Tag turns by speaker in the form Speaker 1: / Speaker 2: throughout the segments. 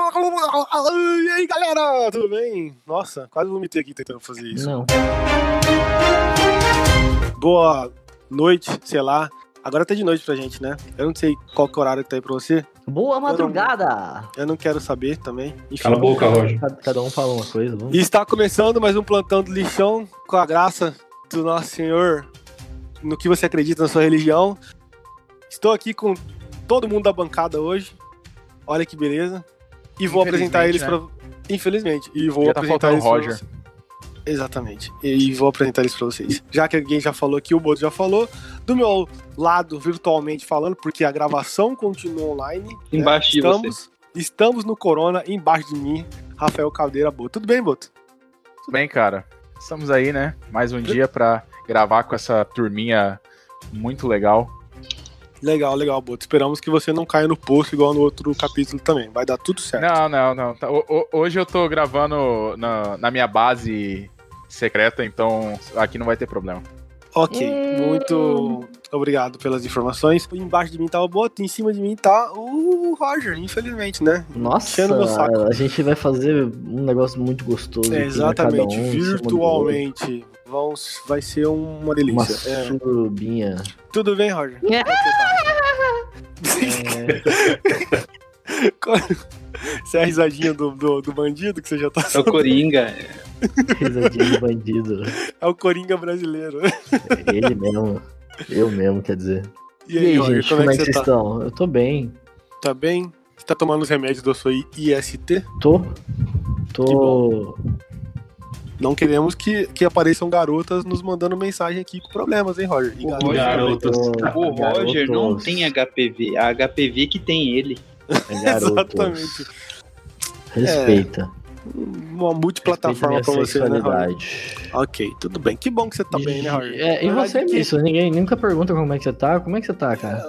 Speaker 1: E aí, galera, tudo bem? Nossa, quase vomitei aqui tentando fazer isso.
Speaker 2: Não.
Speaker 1: Boa noite, sei lá. Agora tá de noite pra gente, né? Eu não sei qual que é o horário que tá aí pra você.
Speaker 2: Boa madrugada!
Speaker 1: Eu não quero saber também. Enfim.
Speaker 3: Cala a boca, Roger.
Speaker 2: Cada- Cada um fala uma coisa. Vamos.
Speaker 1: E está começando mais um plantão do lixão com a graça do nosso Senhor, no que você acredita na sua religião. Estou aqui com todo mundo da bancada hoje. Olha que beleza. E vou apresentar eles
Speaker 3: né?
Speaker 1: pra. Infelizmente. E vou
Speaker 4: Já tá
Speaker 1: apresentar
Speaker 4: faltando o
Speaker 1: eles pra
Speaker 4: Roger.
Speaker 1: vocês. Exatamente. E vou apresentar eles pra vocês. Já que alguém já falou aqui, o Boto já falou. Do meu lado, virtualmente falando, porque a gravação continua online. né?
Speaker 3: Embaixo de você.
Speaker 1: Estamos, estamos no Corona, embaixo de mim, Rafael Caldeira Boto. Tudo bem, Boto?
Speaker 4: Tudo bem, cara? Estamos aí, né? Mais um dia pra gravar com essa turminha muito legal.
Speaker 1: Legal, legal, Boto. Esperamos que você não caia no poço igual no outro capítulo também. Vai dar tudo certo.
Speaker 4: Não, não, não. Tá- ho- ho- Hoje eu tô gravando na, na minha base secreta, então aqui não vai ter problema.
Speaker 1: Ok, muito obrigado pelas informações. Embaixo de mim tá o Boto, em cima de mim tá o Roger, infelizmente, né?
Speaker 2: Nossa,
Speaker 1: Enchendo meu saco.
Speaker 2: a gente vai fazer um negócio muito gostoso. aqui, né?
Speaker 1: Exatamente,
Speaker 2: Cada um em cima do outro.
Speaker 1: virtualmente. Vão, vai ser uma
Speaker 2: Uma
Speaker 1: delícia. É.
Speaker 2: surubinha.
Speaker 1: Tudo bem, Roger?
Speaker 2: É.
Speaker 1: É. Você é a risadinha do, do, do bandido que você já tá.
Speaker 3: É o Coringa.
Speaker 2: Risadinha de bandido.
Speaker 1: É o Coringa brasileiro.
Speaker 2: É Ele mesmo. Eu mesmo, quer dizer.
Speaker 1: E aí, Roger,
Speaker 2: gente,
Speaker 1: como é que você tá?
Speaker 2: estão? Eu tô bem.
Speaker 1: Tá bem? Você tá tomando os remédios da sua IST?
Speaker 2: Tô.
Speaker 1: Que
Speaker 2: Tô.
Speaker 1: Não queremos que, que apareçam garotas nos mandando mensagem aqui com problemas, hein, Roger? E
Speaker 2: Ô,
Speaker 1: garotas
Speaker 3: garoto. tá
Speaker 1: também.
Speaker 2: Tô-
Speaker 3: O Roger não
Speaker 2: garotos.
Speaker 3: tem HPV. A HPV que tem ele.
Speaker 2: É garotos.
Speaker 1: Exatamente.
Speaker 2: Respeita.
Speaker 1: Uma
Speaker 2: Respeita
Speaker 1: multiplataforma
Speaker 2: minha
Speaker 1: pra você, né, Roger?
Speaker 2: sexualidade.
Speaker 1: Ok, tudo bem. Que bom que você tá bem, né, Roger?
Speaker 2: É, e
Speaker 1: Na
Speaker 2: você,
Speaker 1: verdade que-
Speaker 2: Misso? Ninguém nunca pergunta como é que você tá. Como é que você tá, cara?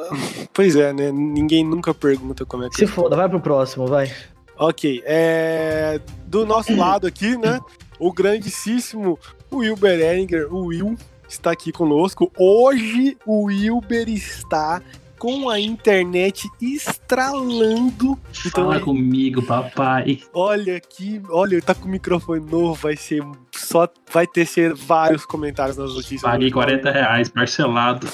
Speaker 1: Pois é, né? Ninguém nunca pergunta como é que
Speaker 2: Se foda, vai pro próximo, vai.
Speaker 1: Ok, é... do nosso lado aqui, né? O grandíssimo Will Berenger, o Will, está aqui conosco. Hoje o Wilber está com a internet estralando. Então,
Speaker 5: Fala comigo, papai.
Speaker 1: olha aqui, olha, ele tá com o microfone novo, vai ser só vai ter ser vários comentários nas notícias.
Speaker 5: Paguei
Speaker 1: Hoje.
Speaker 5: 40 reais parcelado.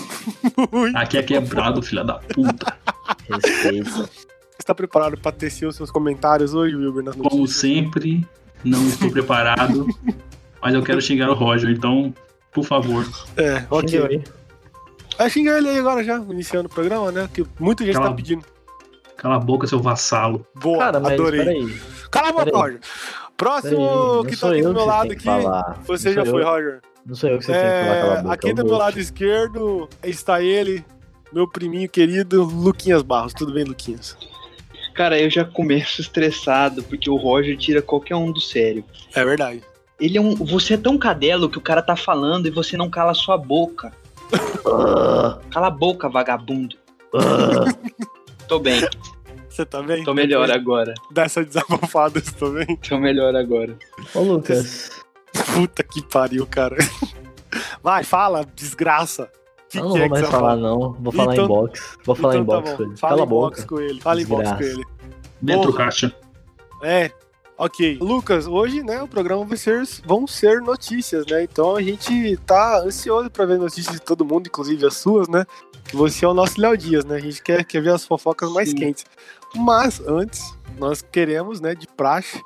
Speaker 5: Aqui é quebrado, filha da puta.
Speaker 2: Respeita.
Speaker 1: Você está preparado para tecer os seus comentários hoje, Wilber, nas notícias?
Speaker 5: Como sempre, não estou preparado. Mas eu quero xingar o Roger, então, por favor.
Speaker 1: É, ok.
Speaker 2: Xinga aí.
Speaker 1: Vai xingar ele aí agora já, iniciando o programa, né? Que muita gente
Speaker 5: Cala
Speaker 1: tá
Speaker 5: a
Speaker 1: pedindo.
Speaker 5: Cala a boca, seu vassalo.
Speaker 1: Boa,
Speaker 2: Cara, mas
Speaker 1: adorei.
Speaker 2: peraí.
Speaker 1: Cala a boca,
Speaker 2: Peraí.
Speaker 1: Roger.
Speaker 2: peraí,
Speaker 1: Próximo
Speaker 2: não
Speaker 1: que tá
Speaker 2: sou
Speaker 1: aqui
Speaker 2: eu
Speaker 1: do meu
Speaker 2: que você
Speaker 1: lado
Speaker 2: tem que
Speaker 1: aqui.
Speaker 2: falar.
Speaker 1: Você
Speaker 2: Não
Speaker 1: já
Speaker 2: sou
Speaker 1: foi,
Speaker 2: eu-
Speaker 1: Roger.
Speaker 2: Não sou eu que você tem que falar, cala a
Speaker 1: É,
Speaker 2: boca.
Speaker 1: aqui
Speaker 2: eu
Speaker 1: do meu
Speaker 2: vou-
Speaker 1: lado esquerdo está ele, meu priminho querido, Luquinhas Barros. Tudo bem, Luquinhas?
Speaker 3: Cara, eu já começo estressado, porque o Roger tira qualquer um do sério.
Speaker 1: É verdade.
Speaker 3: Ele é um. Você é tão cadelo que o cara tá falando e você não cala a sua boca.
Speaker 2: Ah,
Speaker 3: Cala a boca, vagabundo.
Speaker 2: ah.
Speaker 3: Tô bem,
Speaker 1: Você tá bem?
Speaker 3: tô melhor agora.
Speaker 1: Dá essa desabafada, você tá bem?
Speaker 3: Tô melhor agora.
Speaker 2: Ô, Lucas.
Speaker 1: Puta que pariu, cara. Vai, fala, desgraça. O que
Speaker 2: eu não
Speaker 1: que
Speaker 2: vou
Speaker 1: é que
Speaker 2: mais
Speaker 1: você
Speaker 2: falar,
Speaker 1: fala?
Speaker 2: não. Vou falar
Speaker 1: Então-
Speaker 2: em box. Vou falar em
Speaker 1: Então tá
Speaker 2: box
Speaker 1: bom.
Speaker 2: com ele.
Speaker 1: Fala
Speaker 2: Cala a
Speaker 1: em box
Speaker 2: boca.
Speaker 1: com ele. Fala em box com
Speaker 2: Desgraça.
Speaker 1: ele.
Speaker 5: Dentro
Speaker 1: Porra.
Speaker 5: caixa.
Speaker 1: É, ok. Lucas, hoje, né, o programa vai ser, vão ser notícias, né? Então a gente tá ansioso pra ver notícias de todo mundo, inclusive as suas, né? Que você é o nosso Léo Dias, né? A gente quer, quer ver as fofocas mais
Speaker 3: Sim.
Speaker 1: quentes. Mas antes, nós queremos, né, de praxe,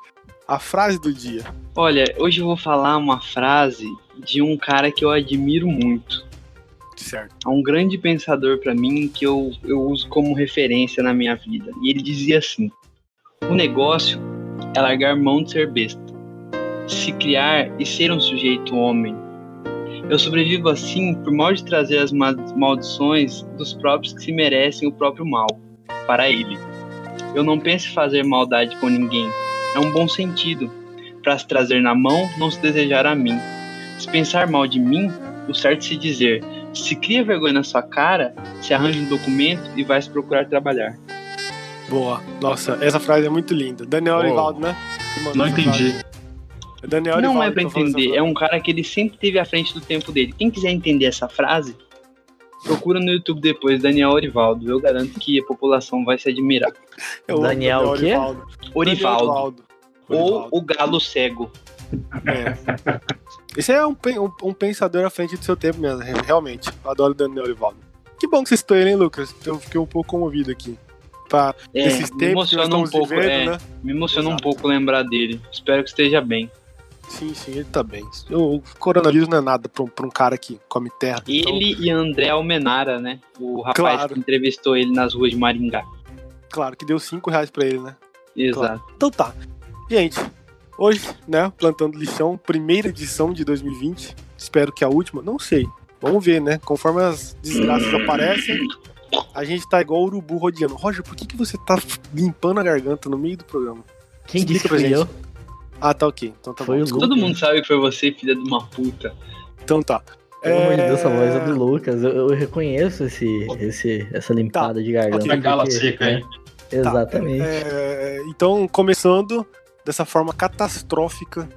Speaker 1: a frase do dia.
Speaker 3: Olha, hoje eu vou falar uma frase de um cara que eu admiro muito.
Speaker 1: Certo.
Speaker 3: a um grande pensador pra mim que eu, eu uso como referência na minha vida. E ele dizia assim: O negócio é largar mão de ser besta, se criar e ser um sujeito homem. Eu sobrevivo assim por mal de trazer as ma- maldições dos próprios que se merecem o próprio mal para ele. Eu não penso em fazer maldade com ninguém. É um bom sentido. Para se trazer na mão, não se desejar a mim. Se pensar mal de mim, o certo é se dizer: se cria vergonha na sua cara, se arranja um documento e vai se procurar trabalhar.
Speaker 1: Boa. Nossa, essa frase é muito linda. Daniel
Speaker 4: Uou.
Speaker 1: Orivaldo, né? Que mandou
Speaker 5: Não
Speaker 1: essa
Speaker 5: entendi.
Speaker 1: frase. É Daniel
Speaker 3: não
Speaker 1: Orivaldo
Speaker 3: é pra
Speaker 1: que falou essa
Speaker 3: entender,
Speaker 1: frase.
Speaker 3: é um cara que ele sempre teve à frente do tempo dele. Quem quiser entender essa frase, Procura no YouTube depois, Daniel Orivaldo. Eu garanto que a população vai se admirar.
Speaker 1: Eu amo
Speaker 2: Daniel o quê?
Speaker 1: Orivaldo.
Speaker 3: Orivaldo.
Speaker 1: Orivaldo.
Speaker 3: Ou
Speaker 1: Orivaldo.
Speaker 3: o Galo Cego.
Speaker 1: É. Esse é um, pen- um- um pensador à frente do seu tempo mesmo, re- realmente. Eu Adoro o Daniel Orivaldo. Que bom que você citou ele, hein, Lucas? Eu fiquei um pouco comovido aqui. Pra
Speaker 3: É,
Speaker 1: esses
Speaker 3: me
Speaker 1: tempos que nós
Speaker 3: emociona um
Speaker 1: estamos
Speaker 3: pouco, é,
Speaker 1: vivendo, né?
Speaker 3: Me emociona um
Speaker 1: Exato.
Speaker 3: pouco lembrar dele. Espero que esteja bem.
Speaker 1: Sim, sim, ele tá bem. O o coronavírus não é nada pra um, pra um cara que come terra. então-
Speaker 3: Ele e André Almenara, né? O rapaz
Speaker 1: Claro.
Speaker 3: que entrevistou ele nas ruas de Maringá.
Speaker 1: Claro, que deu 5 reais pra ele, né?
Speaker 3: Exato.
Speaker 1: Então tá. Gente, hoje, né, Plantando Lixão, primeira edição de 2020. Espero que a última, não sei. Vamos ver, né? Conforme as desgraças aparecem, a gente tá igual o urubu rodeando. Roger, por que, que você tá limpando a garganta no meio do programa?
Speaker 2: Quem disse
Speaker 1: Explica
Speaker 2: que
Speaker 1: pra
Speaker 2: fui
Speaker 1: gente.
Speaker 2: eu?
Speaker 1: Ah, tá ok. Então tá
Speaker 2: Foi
Speaker 1: bom.
Speaker 2: o
Speaker 1: desculpa.
Speaker 3: Todo
Speaker 2: Lucas.
Speaker 3: mundo sabe que foi você, filha de uma puta.
Speaker 1: Então tá.
Speaker 2: Pelo amor de Deus, essa
Speaker 1: É,
Speaker 2: voz é do Lucas. Eu, eu reconheço esse, esse, essa limpada de garganta.
Speaker 1: Tá. ok.
Speaker 5: A gala
Speaker 2: porque-
Speaker 5: seca aí.
Speaker 2: Exatamente.
Speaker 1: É, então, começando dessa forma catastrófica,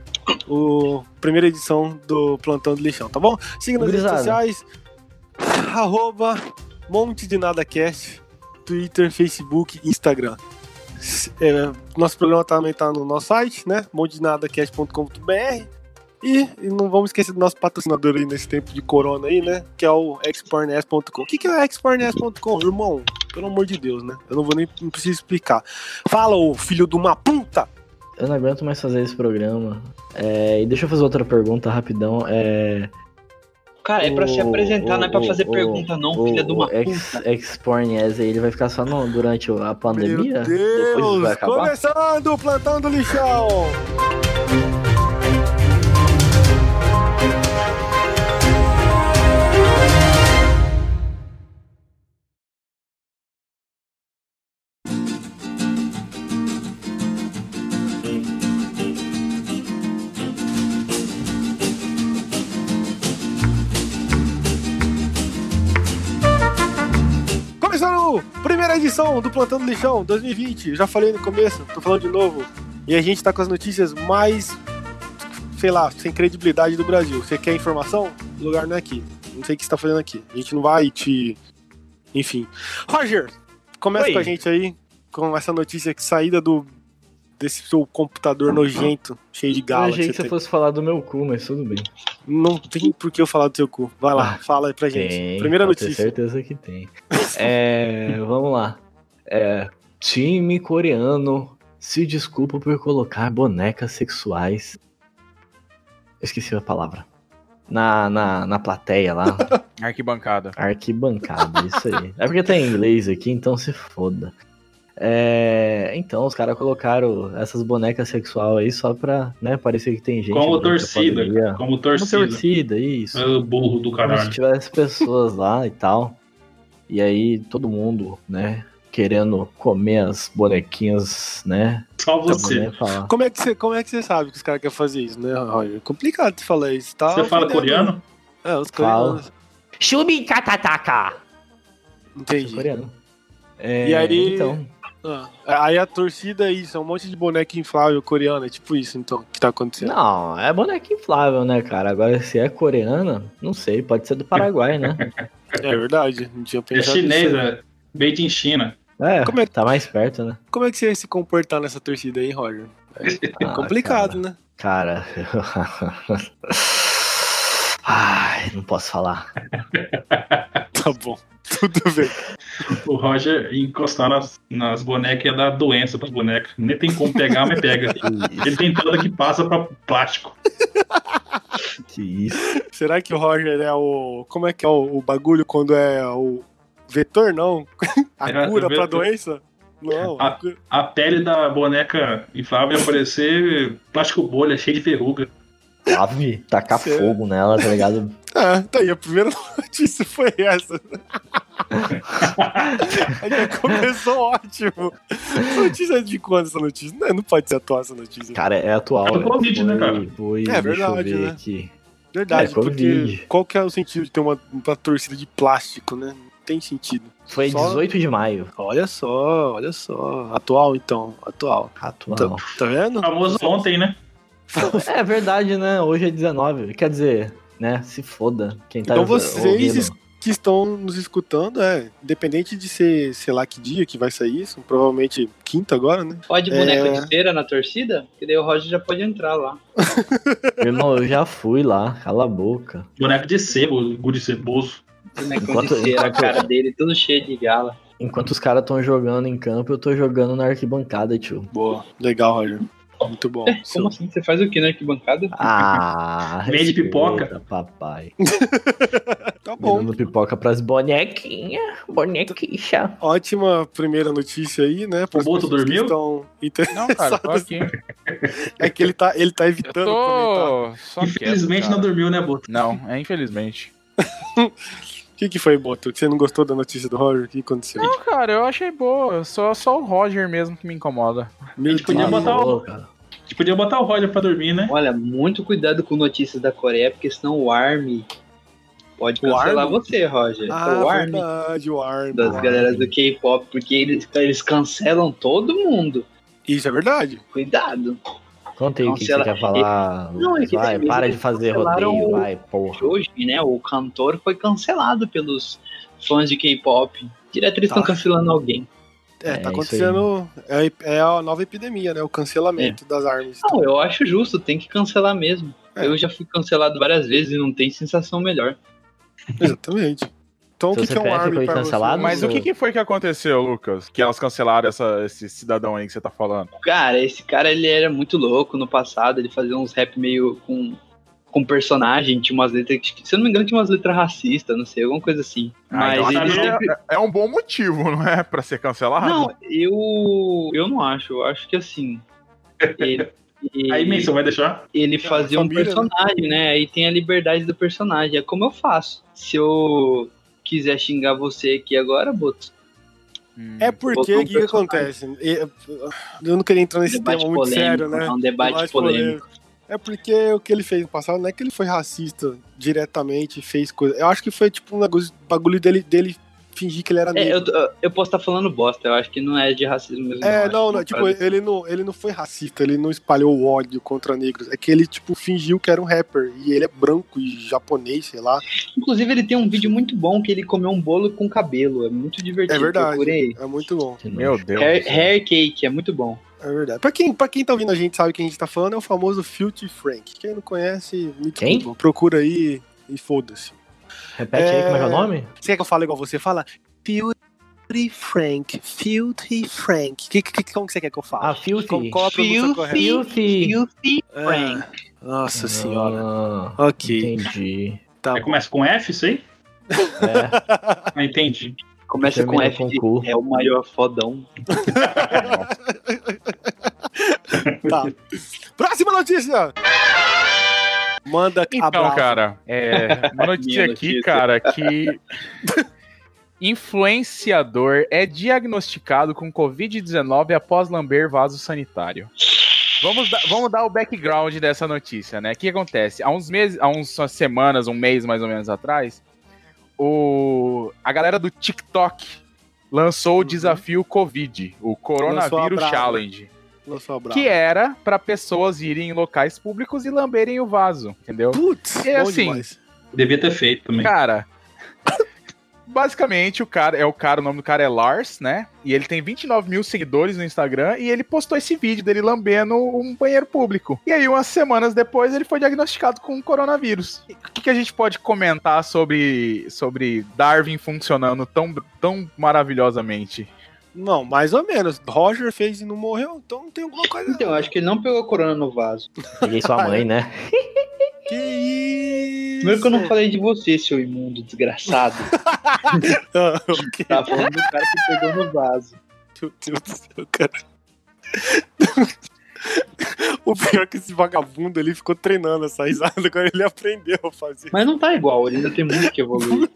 Speaker 1: o primeira edição do Plantão do Lixão, tá bom? Siga nas redes
Speaker 2: Gurizada.
Speaker 1: sociais, arroba Monte de Nada Cast, Twitter, Facebook, Instagram. S- é, nosso programa também tá no nosso site, né? montedenadacast.com.br e, e não vamos esquecer do nosso patrocinador aí nesse tempo de corona aí, né? Que é o xpornes.com. O que, que é xpornes.com, irmão? Pelo amor de Deus, né? Eu não vou nem não preciso explicar. Fala, ô filho de uma puta!
Speaker 2: Eu não aguento mais fazer esse programa. É, e deixa eu fazer outra pergunta rapidão. É,
Speaker 3: Cara, é pra se
Speaker 2: o-
Speaker 3: apresentar, não é pra
Speaker 2: o-
Speaker 3: fazer
Speaker 2: o-
Speaker 3: pergunta, não,
Speaker 2: o-
Speaker 3: filha Um de uma
Speaker 2: o ex,
Speaker 3: puta.
Speaker 2: Ex-Pornese aí, ele vai ficar só no- durante a pandemia?
Speaker 1: Meu
Speaker 2: Depois vai
Speaker 1: Deus! é
Speaker 2: acabar?
Speaker 1: Começando o plantão do lixão! Começando a primeira edição do Plantão do Lixão 2020. Eu Já falei no começo, tô falando de novo. E a gente tá com as notícias mais, sei lá, sem credibilidade do Brasil. Você quer informação? O lugar não é aqui. Não sei o que você tá fazendo aqui. A gente não vai te. Enfim. Roger, começa
Speaker 2: Oi.
Speaker 1: com a gente aí, com essa notícia que saída do. desse seu computador nojento, cheio de
Speaker 2: Eu
Speaker 1: gala.
Speaker 2: achei
Speaker 1: que
Speaker 2: que
Speaker 1: você
Speaker 2: você
Speaker 1: tem.
Speaker 2: fosse falar do meu cu, mas tudo bem.
Speaker 1: Não tem por que eu falar do seu cu. Vai lá, fala aí pra gente.
Speaker 2: Ah, Tem,
Speaker 1: Primeira
Speaker 2: pode ter
Speaker 1: notícia.
Speaker 2: certeza que tem. É, vamos lá. É, time coreano se desculpa por colocar bonecas sexuais. Eu esqueci a palavra. Na, na, na plateia lá,
Speaker 4: Arquibancada.
Speaker 2: arquibancada, isso aí. É porque tem inglês aqui, então se foda. É, então, os caras colocaram essas bonecas sexual aí só pra né, parecer que tem gente.
Speaker 5: Como
Speaker 2: ali que
Speaker 5: torcida,
Speaker 2: poderia-
Speaker 5: Como
Speaker 2: Como
Speaker 5: torcida.
Speaker 2: torcida, isso.
Speaker 5: Ah, burro do
Speaker 2: Como se
Speaker 5: caralho.
Speaker 2: tivesse pessoas lá e tal. E aí todo mundo, né, querendo comer as bonequinhas, né?
Speaker 5: Só
Speaker 2: pra
Speaker 5: você.
Speaker 2: poder falar.
Speaker 1: Como é que você, como é que você sabe que os caras querem fazer isso, né, Roger? Complicado de falar isso, tá?
Speaker 5: Você fala coreano?
Speaker 1: É, os coreanos.
Speaker 2: Shubi katataka!
Speaker 1: Entendi.
Speaker 2: Coreano. É,
Speaker 1: E aí-
Speaker 2: Então,
Speaker 1: Ah, aí a torcida é isso, é um monte de boneca inflável coreana, é tipo isso, então, que tá acontecendo.
Speaker 2: não, é boneca inflável, né, cara? Agora, se é coreana, não sei, pode ser do Paraguai, né?
Speaker 1: É verdade, não tinha
Speaker 5: É
Speaker 1: pensado
Speaker 5: chinês,
Speaker 1: nisso.
Speaker 5: é. Made in China.
Speaker 2: É,
Speaker 1: Como é-
Speaker 2: tá mais perto, né?
Speaker 1: Como é que você ia se comportar nessa torcida aí, Roger? É
Speaker 2: Ah,
Speaker 1: complicado, né?
Speaker 2: Cara. cara. Ai, não posso falar.
Speaker 1: Tá bom, tudo bem.
Speaker 5: O Roger encostar nas, nas bonecas ia dar doença pras bonecas. Nem tem como pegar, mas pega. Ele tem toda que passa pra plástico.
Speaker 2: Que isso.
Speaker 1: Será que o Roger é o. Como é que é o, o bagulho quando é o. Vetor, não? A
Speaker 5: É,
Speaker 1: cura
Speaker 5: o
Speaker 1: pra
Speaker 5: vetor.
Speaker 1: doença? Não, a
Speaker 5: Ah.
Speaker 1: cura-
Speaker 5: A pele da boneca inflável ia parecer plástico bolha, cheio de verruga.
Speaker 2: Ave, tacar
Speaker 1: Sério?
Speaker 2: fogo nela, tá ligado?
Speaker 1: Ah, tá aí, a primeira notícia foi essa. Já começou ótimo. Essa notícia é de quando essa notícia? Não, não pode ser atual essa notícia.
Speaker 2: Cara, é atual.
Speaker 5: É do
Speaker 2: velho.
Speaker 5: Covid, né,
Speaker 2: Foi-
Speaker 5: cara?
Speaker 2: foi-
Speaker 1: É
Speaker 2: deixa eu
Speaker 1: verdade,
Speaker 2: ver
Speaker 1: né?
Speaker 2: aqui.
Speaker 1: Verdade,
Speaker 2: é, Covid.
Speaker 1: porque qual que é o sentido de ter uma, uma torcida de plástico, né? Não tem sentido.
Speaker 2: Foi
Speaker 1: Só-
Speaker 2: 18 de maio.
Speaker 1: Olha só, olha só. Atual, então. Atual.
Speaker 2: Atual.
Speaker 1: Tá, tá vendo?
Speaker 5: Famoso ontem, né?
Speaker 1: Então,
Speaker 2: É verdade, né? Hoje é 19. Quer dizer, né? Se foda. Quem tá
Speaker 1: Então
Speaker 2: ouvindo-
Speaker 1: vocês que estão nos escutando, é, independente de ser, sei lá que dia que vai sair isso, provavelmente quinta agora, né?
Speaker 3: Pode boneca
Speaker 1: É.
Speaker 3: de cera na torcida? Que daí o Roger já pode entrar lá.
Speaker 2: Irmão, eu já fui lá, cala a boca.
Speaker 5: Boneco de sebo, gude ceboso.
Speaker 3: Bonecão de
Speaker 2: Enquanto-
Speaker 3: cera, a
Speaker 2: enquanto-
Speaker 3: cara dele, tudo cheio de gala.
Speaker 2: Enquanto os caras estão jogando em campo, eu tô jogando na arquibancada, tio.
Speaker 5: Boa.
Speaker 1: Legal, Roger. Muito bom.
Speaker 3: Como assim? Você faz o que na arquibancada?
Speaker 2: Ah,
Speaker 5: Vende
Speaker 2: respeita,
Speaker 5: pipoca.
Speaker 2: papai.
Speaker 1: Um Tá bom.
Speaker 2: Vendendo pipoca pras bonequinhas, bonequicha.
Speaker 1: Ótima primeira notícia aí, né? pras
Speaker 5: Boto
Speaker 1: pessoas que
Speaker 5: dormiu?
Speaker 1: estão inter-
Speaker 4: Não, cara, tô aqui.
Speaker 1: É que ele tá, ele tá
Speaker 4: Eu
Speaker 1: evitando comentar.
Speaker 4: tô só quieto,
Speaker 5: Infelizmente
Speaker 4: cara.
Speaker 5: não dormiu, né, Boto?
Speaker 4: Não, é infelizmente.
Speaker 1: O que, que foi, Boto? Você não gostou da notícia do Roger? O que aconteceu?
Speaker 4: Não, cara, eu achei boa. Só, só o Roger mesmo que me incomoda.
Speaker 1: Meu
Speaker 5: gente podia
Speaker 1: Deus.
Speaker 5: botar o-
Speaker 2: cara.
Speaker 5: A gente podia botar o Roger pra dormir, né?
Speaker 3: Olha, muito cuidado com notícias da Coreia, porque senão o Army pode
Speaker 1: O
Speaker 3: cancelar
Speaker 1: Army?
Speaker 3: você, Roger. o
Speaker 1: Ah,
Speaker 3: Army
Speaker 1: verdade, o Arm.
Speaker 3: das galeras do K-pop, porque eles, eles cancelam todo mundo.
Speaker 1: Isso é verdade.
Speaker 3: Cuidado.
Speaker 2: Conta aí o que você
Speaker 3: Cancela-
Speaker 2: quer falar.
Speaker 3: Não, é que
Speaker 2: vai,
Speaker 3: eles-
Speaker 2: para de
Speaker 3: eles
Speaker 2: fazer
Speaker 3: cancelaram
Speaker 2: rodeio,
Speaker 3: o-
Speaker 2: vai, porra.
Speaker 3: Hoje, né, o cantor foi cancelado pelos fãs de K-pop. Direto eles
Speaker 1: Tá.
Speaker 3: estão cancelando alguém.
Speaker 1: É,
Speaker 2: É,
Speaker 1: tá
Speaker 2: isso aí.
Speaker 1: acontecendo. É, é a nova epidemia, né? O
Speaker 2: É.
Speaker 1: cancelamento das armas.
Speaker 3: Não, eu acho justo, tem que cancelar mesmo.
Speaker 1: É.
Speaker 3: Eu já fui cancelado várias vezes e não tem sensação melhor.
Speaker 1: Exatamente. Então, o
Speaker 2: Seu
Speaker 1: que, que é um
Speaker 2: CPF
Speaker 1: arm
Speaker 2: foi
Speaker 1: pra
Speaker 2: cancelado?
Speaker 1: você?
Speaker 4: Mas o que, que foi que aconteceu, Lucas? Que elas cancelaram essa- esse cidadão aí que você tá falando?
Speaker 3: Cara, esse cara ele era muito louco no passado, ele fazia uns rap meio com, com personagem, tinha umas letras, que- se eu não me engano, tinha umas letras racistas, não sei, alguma coisa assim.
Speaker 4: Ah,
Speaker 3: Mas
Speaker 4: então
Speaker 3: ele
Speaker 4: também é-
Speaker 3: sempre.
Speaker 4: É um bom motivo, não é? Pra ser cancelado.
Speaker 3: Não, eu. Eu não acho, eu acho que assim. Ele,
Speaker 5: Aí,
Speaker 3: ele,
Speaker 5: Mason, vai deixar?
Speaker 3: ele fazia um
Speaker 1: família, né?
Speaker 3: personagem, né? Aí tem a liberdade do personagem. É como eu faço. Se eu quiser xingar você aqui agora, Boto,
Speaker 4: Hum.
Speaker 1: É porque
Speaker 3: Botou um
Speaker 1: o que, que acontece? Eu eu não queria entrar
Speaker 3: é um
Speaker 1: nesse tema
Speaker 3: debate
Speaker 1: muito
Speaker 3: polêmico.
Speaker 1: sério, né?
Speaker 3: É um debate,
Speaker 1: Debate
Speaker 3: polêmico.
Speaker 1: É porque o que ele fez no passado não é que ele foi racista diretamente, fez coisa. Eu acho que foi tipo um negócio- bagulho dele, dele fingir que ele era
Speaker 3: É,
Speaker 1: negro.
Speaker 3: eu, eu posso estar falando bosta, eu acho que não é de racismo mesmo. eu
Speaker 1: É,
Speaker 3: acho
Speaker 1: não,
Speaker 3: que
Speaker 1: não,
Speaker 3: é
Speaker 1: tipo,
Speaker 3: pra-
Speaker 1: ele não, ele não foi racista, ele não espalhou o ódio contra negros. É que ele, tipo, fingiu que era um rapper. E ele é branco e japonês, sei lá. É
Speaker 3: Inclusive, ele tem um vídeo muito bom que ele comeu um bolo com cabelo. É muito divertido.
Speaker 1: É verdade.
Speaker 3: Procurei.
Speaker 1: É muito bom.
Speaker 2: Que
Speaker 4: Meu
Speaker 2: nojo.
Speaker 4: Deus.
Speaker 3: Hair, hair cake, é muito bom.
Speaker 1: É verdade. Pra quem, pra quem tá ouvindo a gente sabe o que a gente tá falando, é o famoso Filthy Frank. Quem não conhece, me
Speaker 2: Quem?
Speaker 1: desculpa. Procura aí e foda-se.
Speaker 2: Repete aí como é que é o
Speaker 1: É.
Speaker 2: nome?
Speaker 1: Você quer que eu fale igual você fala? Filthy Frank. Filthy Frank. Que, que, que- como que você quer que eu fale?
Speaker 2: Ah, Filthy.
Speaker 1: Como- Qual a pronúncia
Speaker 3: Filthy.
Speaker 1: correta?
Speaker 2: Filthy.
Speaker 4: Ah,
Speaker 1: É.
Speaker 3: Frank.
Speaker 1: Nossa senhora.
Speaker 2: Ah,
Speaker 1: Ok,
Speaker 2: Entendi.
Speaker 1: tá
Speaker 5: Aí
Speaker 1: bom.
Speaker 5: começa com F, isso aí?
Speaker 2: É,
Speaker 5: Ah, entendi.
Speaker 3: Começa com
Speaker 2: Termina
Speaker 3: F.
Speaker 2: com
Speaker 3: de-
Speaker 2: cu.
Speaker 3: É o maior fodão.
Speaker 1: Tá. Próxima notícia! Manda
Speaker 4: Então,
Speaker 1: abraço.
Speaker 4: cara, é, uma notícia
Speaker 3: Minha
Speaker 4: aqui,
Speaker 3: notícia.
Speaker 4: cara, que influenciador é diagnosticado com Covid-19 após lamber vaso sanitário. Vamos, dar- vamos dar o background dessa notícia, né? O que acontece? Há uns meses, há uns umas semanas, um mês mais ou menos atrás, o, a galera do TikTok lançou o
Speaker 1: Uhum.
Speaker 4: desafio Covid, o
Speaker 3: um
Speaker 4: Coronavírus
Speaker 1: brava.
Speaker 4: Challenge
Speaker 1: Lançou abraço.
Speaker 4: que é- era pra pessoas irem em locais públicos e lamberem o vaso, entendeu?
Speaker 1: Putz,
Speaker 4: É
Speaker 1: bom
Speaker 4: assim,
Speaker 1: demais.
Speaker 5: Devia ter feito também.
Speaker 4: Cara, basicamente o cara é o cara, o nome do cara é Lars, né? E ele tem 29 mil seguidores no Instagram e ele postou esse vídeo dele lambendo um banheiro público. E aí, umas semanas depois, ele foi diagnosticado com coronavírus. E O que, que a gente pode comentar sobre, sobre Darwin funcionando tão, tão maravilhosamente?
Speaker 1: Não, mais ou menos. Roger fez e não morreu, então tem alguma coisa.
Speaker 3: Então, eu acho que ele não pegou corona no vaso.
Speaker 2: peguei sua mãe, né?
Speaker 1: Que isso? é.
Speaker 3: Primeiro que eu não falei de você, seu imundo desgraçado.
Speaker 1: Ah, ok.
Speaker 3: Tá falando do cara que pegou no vaso.
Speaker 1: Meu Deus do céu, cara. O pior é que esse vagabundo ele ficou treinando essa risada, agora ele aprendeu a fazer.
Speaker 3: Mas não tá igual, ele ainda tem muito que evoluir.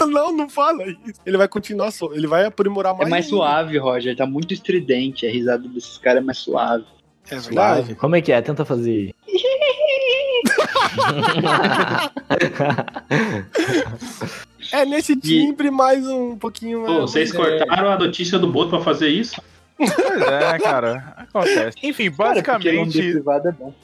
Speaker 1: Não, não fala isso. Ele vai continuar, só- ele vai aprimorar
Speaker 3: É
Speaker 1: mais.
Speaker 3: mais
Speaker 1: ainda.
Speaker 3: suave, Roger. Tá muito estridente. A risada desses caras é mais suave.
Speaker 1: É verdade.
Speaker 2: Como é que é? Tenta fazer.
Speaker 1: É nesse timbre mais um pouquinho.
Speaker 5: Pô,
Speaker 1: né?
Speaker 5: vocês cortaram a notícia do Boto pra fazer isso?
Speaker 4: Pois é, né, cara? Acontece. Enfim,
Speaker 1: é um
Speaker 3: Cara, porque lamber
Speaker 4: basicamente,
Speaker 3: privado é bom.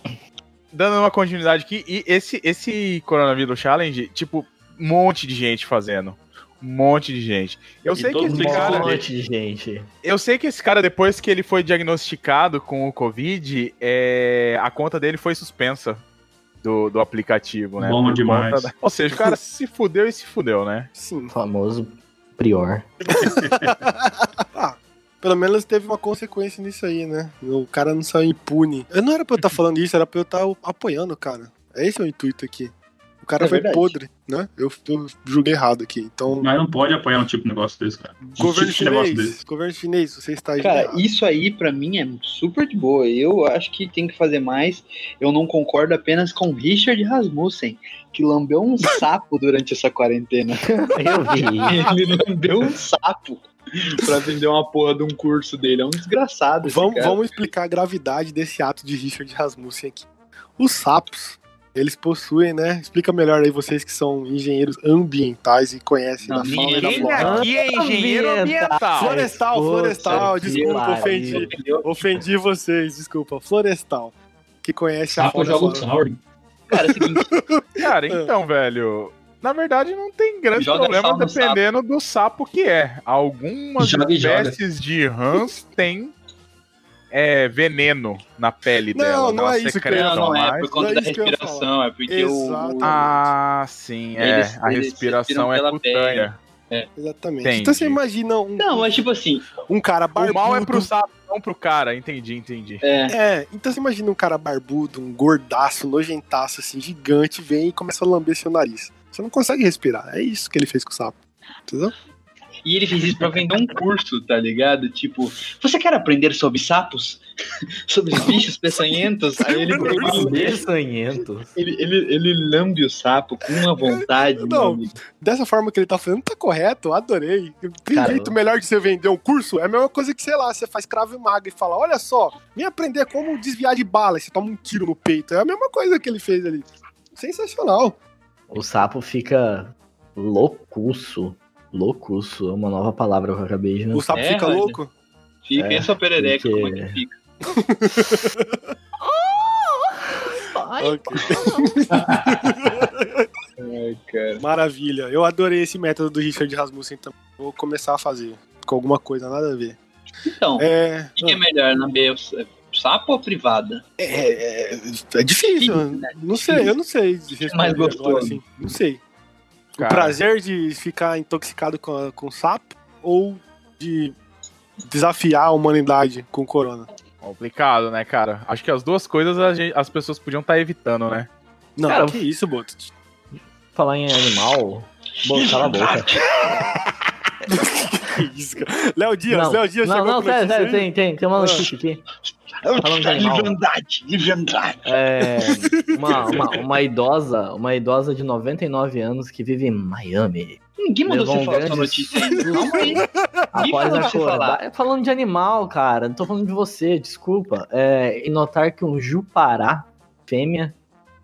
Speaker 4: dando uma continuidade aqui, e esse, esse Coronavírus Challenge, tipo, Um monte de gente fazendo. Um monte de gente. Eu
Speaker 5: E
Speaker 4: sei que
Speaker 5: todo
Speaker 4: esse
Speaker 5: mundo
Speaker 4: cara.
Speaker 2: Um monte de gente.
Speaker 4: Eu sei que esse cara, depois que ele foi diagnosticado com o Covid, é, a conta dele foi suspensa do, do aplicativo, né?
Speaker 5: Bom
Speaker 4: Por
Speaker 5: demais.
Speaker 4: conta da- Ou seja, o cara se fudeu e se fudeu, né?
Speaker 1: Sim.
Speaker 2: O famoso prior.
Speaker 1: Ah, pelo menos teve uma consequência nisso aí, né? O cara não saiu impune. Eu não era pra eu estar falando isso, era pra eu estar apoiando, cara. Esse é o intuito aqui. O cara
Speaker 3: É
Speaker 1: foi
Speaker 3: verdade.
Speaker 1: podre, né? Eu, eu julguei errado aqui. Então,
Speaker 5: Mas não pode apoiar um tipo de negócio desse, cara. Um tipo
Speaker 1: governo
Speaker 5: de negócio desse.
Speaker 1: chinês, governo chinês, você está
Speaker 3: Cara,
Speaker 1: errado.
Speaker 3: isso aí pra mim é super de boa. Eu acho que tem que fazer mais. Eu não concordo apenas com o Richard Rasmussen, que lambeu um sapo durante essa quarentena.
Speaker 2: Eu vi.
Speaker 3: Ele lambeu um sapo pra vender uma porra de um curso dele. É um desgraçado. esse
Speaker 1: Vamos,
Speaker 3: cara.
Speaker 1: vamos explicar a gravidade desse ato de Richard Rasmussen aqui. Os sapos, eles possuem, né? Explica melhor aí vocês que são engenheiros ambientais e conhecem
Speaker 3: Não,
Speaker 1: da fauna e da
Speaker 3: ninguém
Speaker 1: flora.
Speaker 2: aqui é engenheiro ambiental.
Speaker 1: Florestal,
Speaker 2: Puta
Speaker 1: florestal,
Speaker 2: que
Speaker 1: desculpa,
Speaker 2: pariu.
Speaker 1: ofendi.
Speaker 3: Entendeu?
Speaker 1: Ofendi vocês, desculpa. Florestal, que conhece a
Speaker 5: Sapo
Speaker 1: fauna e flora.
Speaker 5: joga o Sauron.
Speaker 3: Cara, é o seguinte,
Speaker 1: É.
Speaker 4: Cara, então, velho. Na verdade, não tem grande
Speaker 3: Joga
Speaker 4: problema
Speaker 3: sal no
Speaker 4: dependendo do sapo que é. Algumas
Speaker 5: Joga e joga.
Speaker 4: espécies de rãs têm é, veneno na pele
Speaker 1: Não,
Speaker 4: dela.
Speaker 1: não
Speaker 4: elas
Speaker 1: é isso que eu ia
Speaker 3: não,
Speaker 4: secretam
Speaker 3: não é
Speaker 4: mais.
Speaker 3: por conta
Speaker 1: não é
Speaker 3: da
Speaker 1: isso que eu ia
Speaker 3: respiração, é porque
Speaker 1: Exatamente.
Speaker 3: o.
Speaker 4: Ah, sim, é.
Speaker 3: Eles-
Speaker 4: a
Speaker 3: eles
Speaker 4: respiração
Speaker 3: respiram
Speaker 4: é
Speaker 3: pela
Speaker 4: cutânea.
Speaker 3: pele.
Speaker 1: Exatamente.
Speaker 4: Entendi.
Speaker 1: Então você imagina um,
Speaker 3: Não, mas tipo assim,
Speaker 1: um cara
Speaker 4: O
Speaker 1: barbudo.
Speaker 4: mal é pro sapo, não pro cara. Entendi, entendi.
Speaker 3: é,
Speaker 1: É, então você imagina um cara barbudo, um gordaço, nojentaço, assim, gigante, vem e começa a lamber seu nariz. Você não consegue respirar. É isso que ele fez com o sapo. Entendeu?
Speaker 3: E ele fez isso pra vender um curso, tá ligado? Tipo, você quer aprender sobre sapos? sobre os bichos peçonhentos? Aí ele, ele,
Speaker 2: Peçonhentos.
Speaker 3: ele, ele, ele lambe o sapo com uma vontade. meu
Speaker 1: Não.
Speaker 3: amigo.
Speaker 1: Dessa forma que ele tá fazendo, tá correto, eu adorei. Tem
Speaker 2: Cara,
Speaker 1: jeito
Speaker 2: eu-
Speaker 1: melhor de você vender um curso? É a mesma coisa que, sei lá, você faz cravo e maga e fala: olha só, vem aprender como desviar de bala e você toma um tiro no peito. É a mesma coisa que ele fez ali. Sensacional.
Speaker 2: O sapo fica loucuço. Loucuço é uma nova palavra que eu acabei de
Speaker 1: O sapo
Speaker 3: É,
Speaker 1: fica
Speaker 3: mas-
Speaker 1: louco?
Speaker 3: Fica
Speaker 2: É,
Speaker 3: essa perereca,
Speaker 2: porque-
Speaker 3: como é que fica?
Speaker 1: Ok.
Speaker 3: Ai, cara.
Speaker 1: Maravilha. Eu adorei esse método do Richard Rasmussen também. Vou começar a fazer com alguma coisa, nada a ver.
Speaker 3: Então, o
Speaker 1: É,
Speaker 3: que que é melhor na B? Sapo ou privada?
Speaker 1: é, é, é difícil.
Speaker 3: Difícil, né?
Speaker 1: Não sei, eu não sei. de responder
Speaker 3: mais
Speaker 1: agora,
Speaker 3: gostoso?
Speaker 1: assim. Não sei.
Speaker 4: Cara.
Speaker 1: O prazer de ficar intoxicado com, a- com sapo ou de desafiar a humanidade com corona?
Speaker 4: Complicado, né, cara? Acho que as duas coisas a gente- as pessoas podiam estar evitando, né?
Speaker 1: Não,
Speaker 2: Cara,
Speaker 1: que isso, Boto.
Speaker 2: Falar em animal. Bom, cala a boca.
Speaker 1: Que isso, cara. Léo Dias,
Speaker 2: não,
Speaker 1: Léo Dias
Speaker 2: não,
Speaker 1: chegou
Speaker 2: não
Speaker 1: com notícia
Speaker 2: sério, sério,
Speaker 1: aí?
Speaker 2: tem, tem, tem uma notícia aqui. Falando de animal.
Speaker 3: Livandade, livandade.
Speaker 2: É, uma, uma, uma idosa, uma idosa de 99 anos que vive em Miami.
Speaker 3: Ninguém mandou
Speaker 2: Levou
Speaker 3: você
Speaker 2: um
Speaker 3: falar essa
Speaker 2: grande
Speaker 3: notícia aí. Calma aí.
Speaker 2: Após
Speaker 3: falou pra você
Speaker 2: acordar.
Speaker 3: falar?
Speaker 2: É, Falando de animal, cara. Não tô falando de você, desculpa. É, e notar que um jupará fêmea,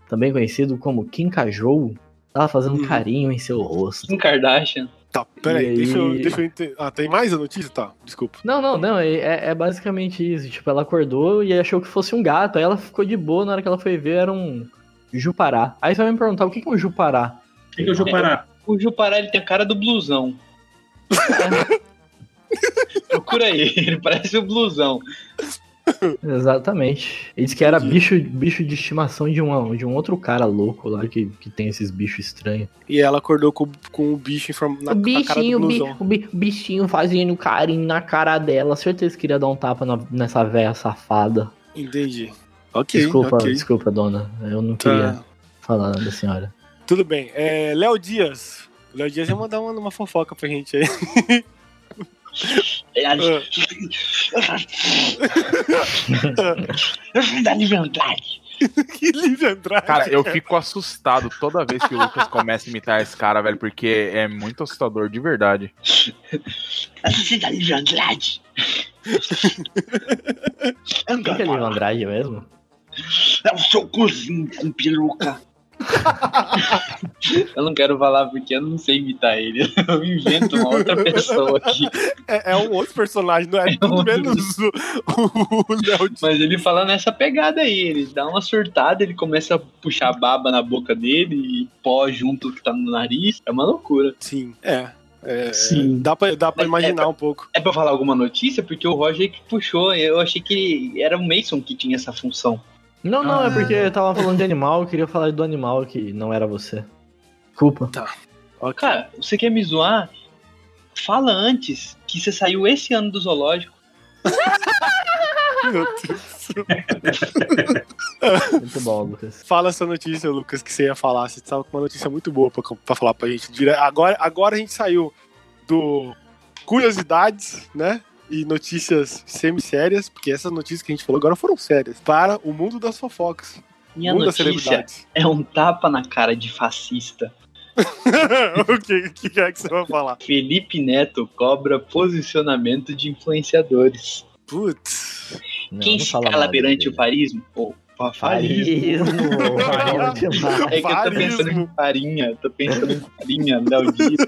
Speaker 2: também conhecido como quincajou, tava fazendo
Speaker 3: Uhum.
Speaker 1: Hum.
Speaker 2: carinho em seu rosto.
Speaker 3: Kim Kardashian.
Speaker 1: Tá, peraí,
Speaker 2: E aí?
Speaker 1: deixa eu, deixa eu entender. Ah, tem mais a notícia? Tá, desculpa.
Speaker 2: Não, não, não. É, é- é basicamente isso. Tipo, ela acordou e achou que fosse um gato. Aí ela ficou de boa na hora que ela foi ver, era um jupará. Aí você vai me perguntar, o que que é um jupará?
Speaker 5: O que, que eu vou parar?
Speaker 3: O Jupará ele tem a cara do blusão. Procura aí, ele parece o blusão.
Speaker 2: Exatamente. Ele disse que era
Speaker 1: Entendi.
Speaker 2: bicho, bicho de estimação de, uma, de um outro cara louco lá que, que tem esses bichos estranhos.
Speaker 1: E ela acordou com, com o bicho em forma- na,
Speaker 2: o
Speaker 1: na cara do
Speaker 2: bichinho, o bi-
Speaker 1: blusão.
Speaker 2: o bi- bichinho fazendo carinho na cara dela. Certeza que queria dar um tapa na- nessa véia safada.
Speaker 1: Entendi. Ok,
Speaker 2: desculpa,
Speaker 1: ok.
Speaker 2: desculpa, dona. Eu não queria
Speaker 1: Tá.
Speaker 2: falar da senhora.
Speaker 1: Tudo bem. É, Léo Dias. Léo Dias ia mandar uma, uma fofoca pra gente aí.
Speaker 3: É a- da liberdade.
Speaker 1: que Lívia Andrade.
Speaker 4: Cara, eu fico assustado toda vez que o Lucas começa a imitar esse cara, velho, porque é muito assustador de verdade.
Speaker 3: da liberdade.
Speaker 1: Tá.
Speaker 2: O que que é Leo Andrade mesmo?
Speaker 3: É o seu cozinho com peruca. Eu não quero falar porque eu não sei imitar ele. Eu invento uma outra pessoa aqui.
Speaker 1: É, é um outro personagem, não é? Pelo
Speaker 3: outro.
Speaker 1: menos o, o Léo de
Speaker 3: Mas ele fala nessa pegada aí, ele dá uma surtada, ele começa a puxar a baba na boca dele e pó junto que tá no nariz. É uma loucura.
Speaker 1: Sim, é. É,
Speaker 5: Sim.
Speaker 1: Dá pra, dá pra
Speaker 3: É,
Speaker 1: imaginar
Speaker 3: é,
Speaker 1: um pouco.
Speaker 3: É pra falar alguma notícia? Porque o Roger que puxou, eu achei que era o Mason que tinha essa função.
Speaker 2: Não, não, é
Speaker 5: Ah.
Speaker 2: porque eu tava falando de animal, eu queria falar do animal que não era você. Desculpa.
Speaker 3: Cara, você quer me zoar? Fala antes que você saiu esse ano do zoológico.
Speaker 1: Meu Deus do céu.
Speaker 2: Muito bom, Lucas.
Speaker 1: Fala essa notícia, Lucas, que você ia falar. Você tava com uma notícia muito boa pra, pra falar pra gente. Dire- Agora, agora a gente saiu do curiosidades, né? E notícias semi-sérias, porque essas notícias que a gente falou agora foram sérias. Para o mundo das fofocas.
Speaker 3: Minha
Speaker 1: mundo das
Speaker 3: notícia
Speaker 1: celebridades.
Speaker 3: é um tapa na cara de fascista.
Speaker 1: o que, o que é que você vai falar?
Speaker 3: Felipe Neto cobra posicionamento de influenciadores.
Speaker 1: Putz.
Speaker 2: Não,
Speaker 3: Quem
Speaker 2: não
Speaker 3: se
Speaker 2: fala
Speaker 3: cala
Speaker 2: mal
Speaker 3: perante
Speaker 2: dele.
Speaker 3: o parismo? Ou o farismo?
Speaker 2: Farismo.
Speaker 5: Farismo.
Speaker 2: Farismo.
Speaker 3: É que eu tô
Speaker 1: Farismo.
Speaker 3: pensando em farinha, tô pensando em farinha, Léo Dias.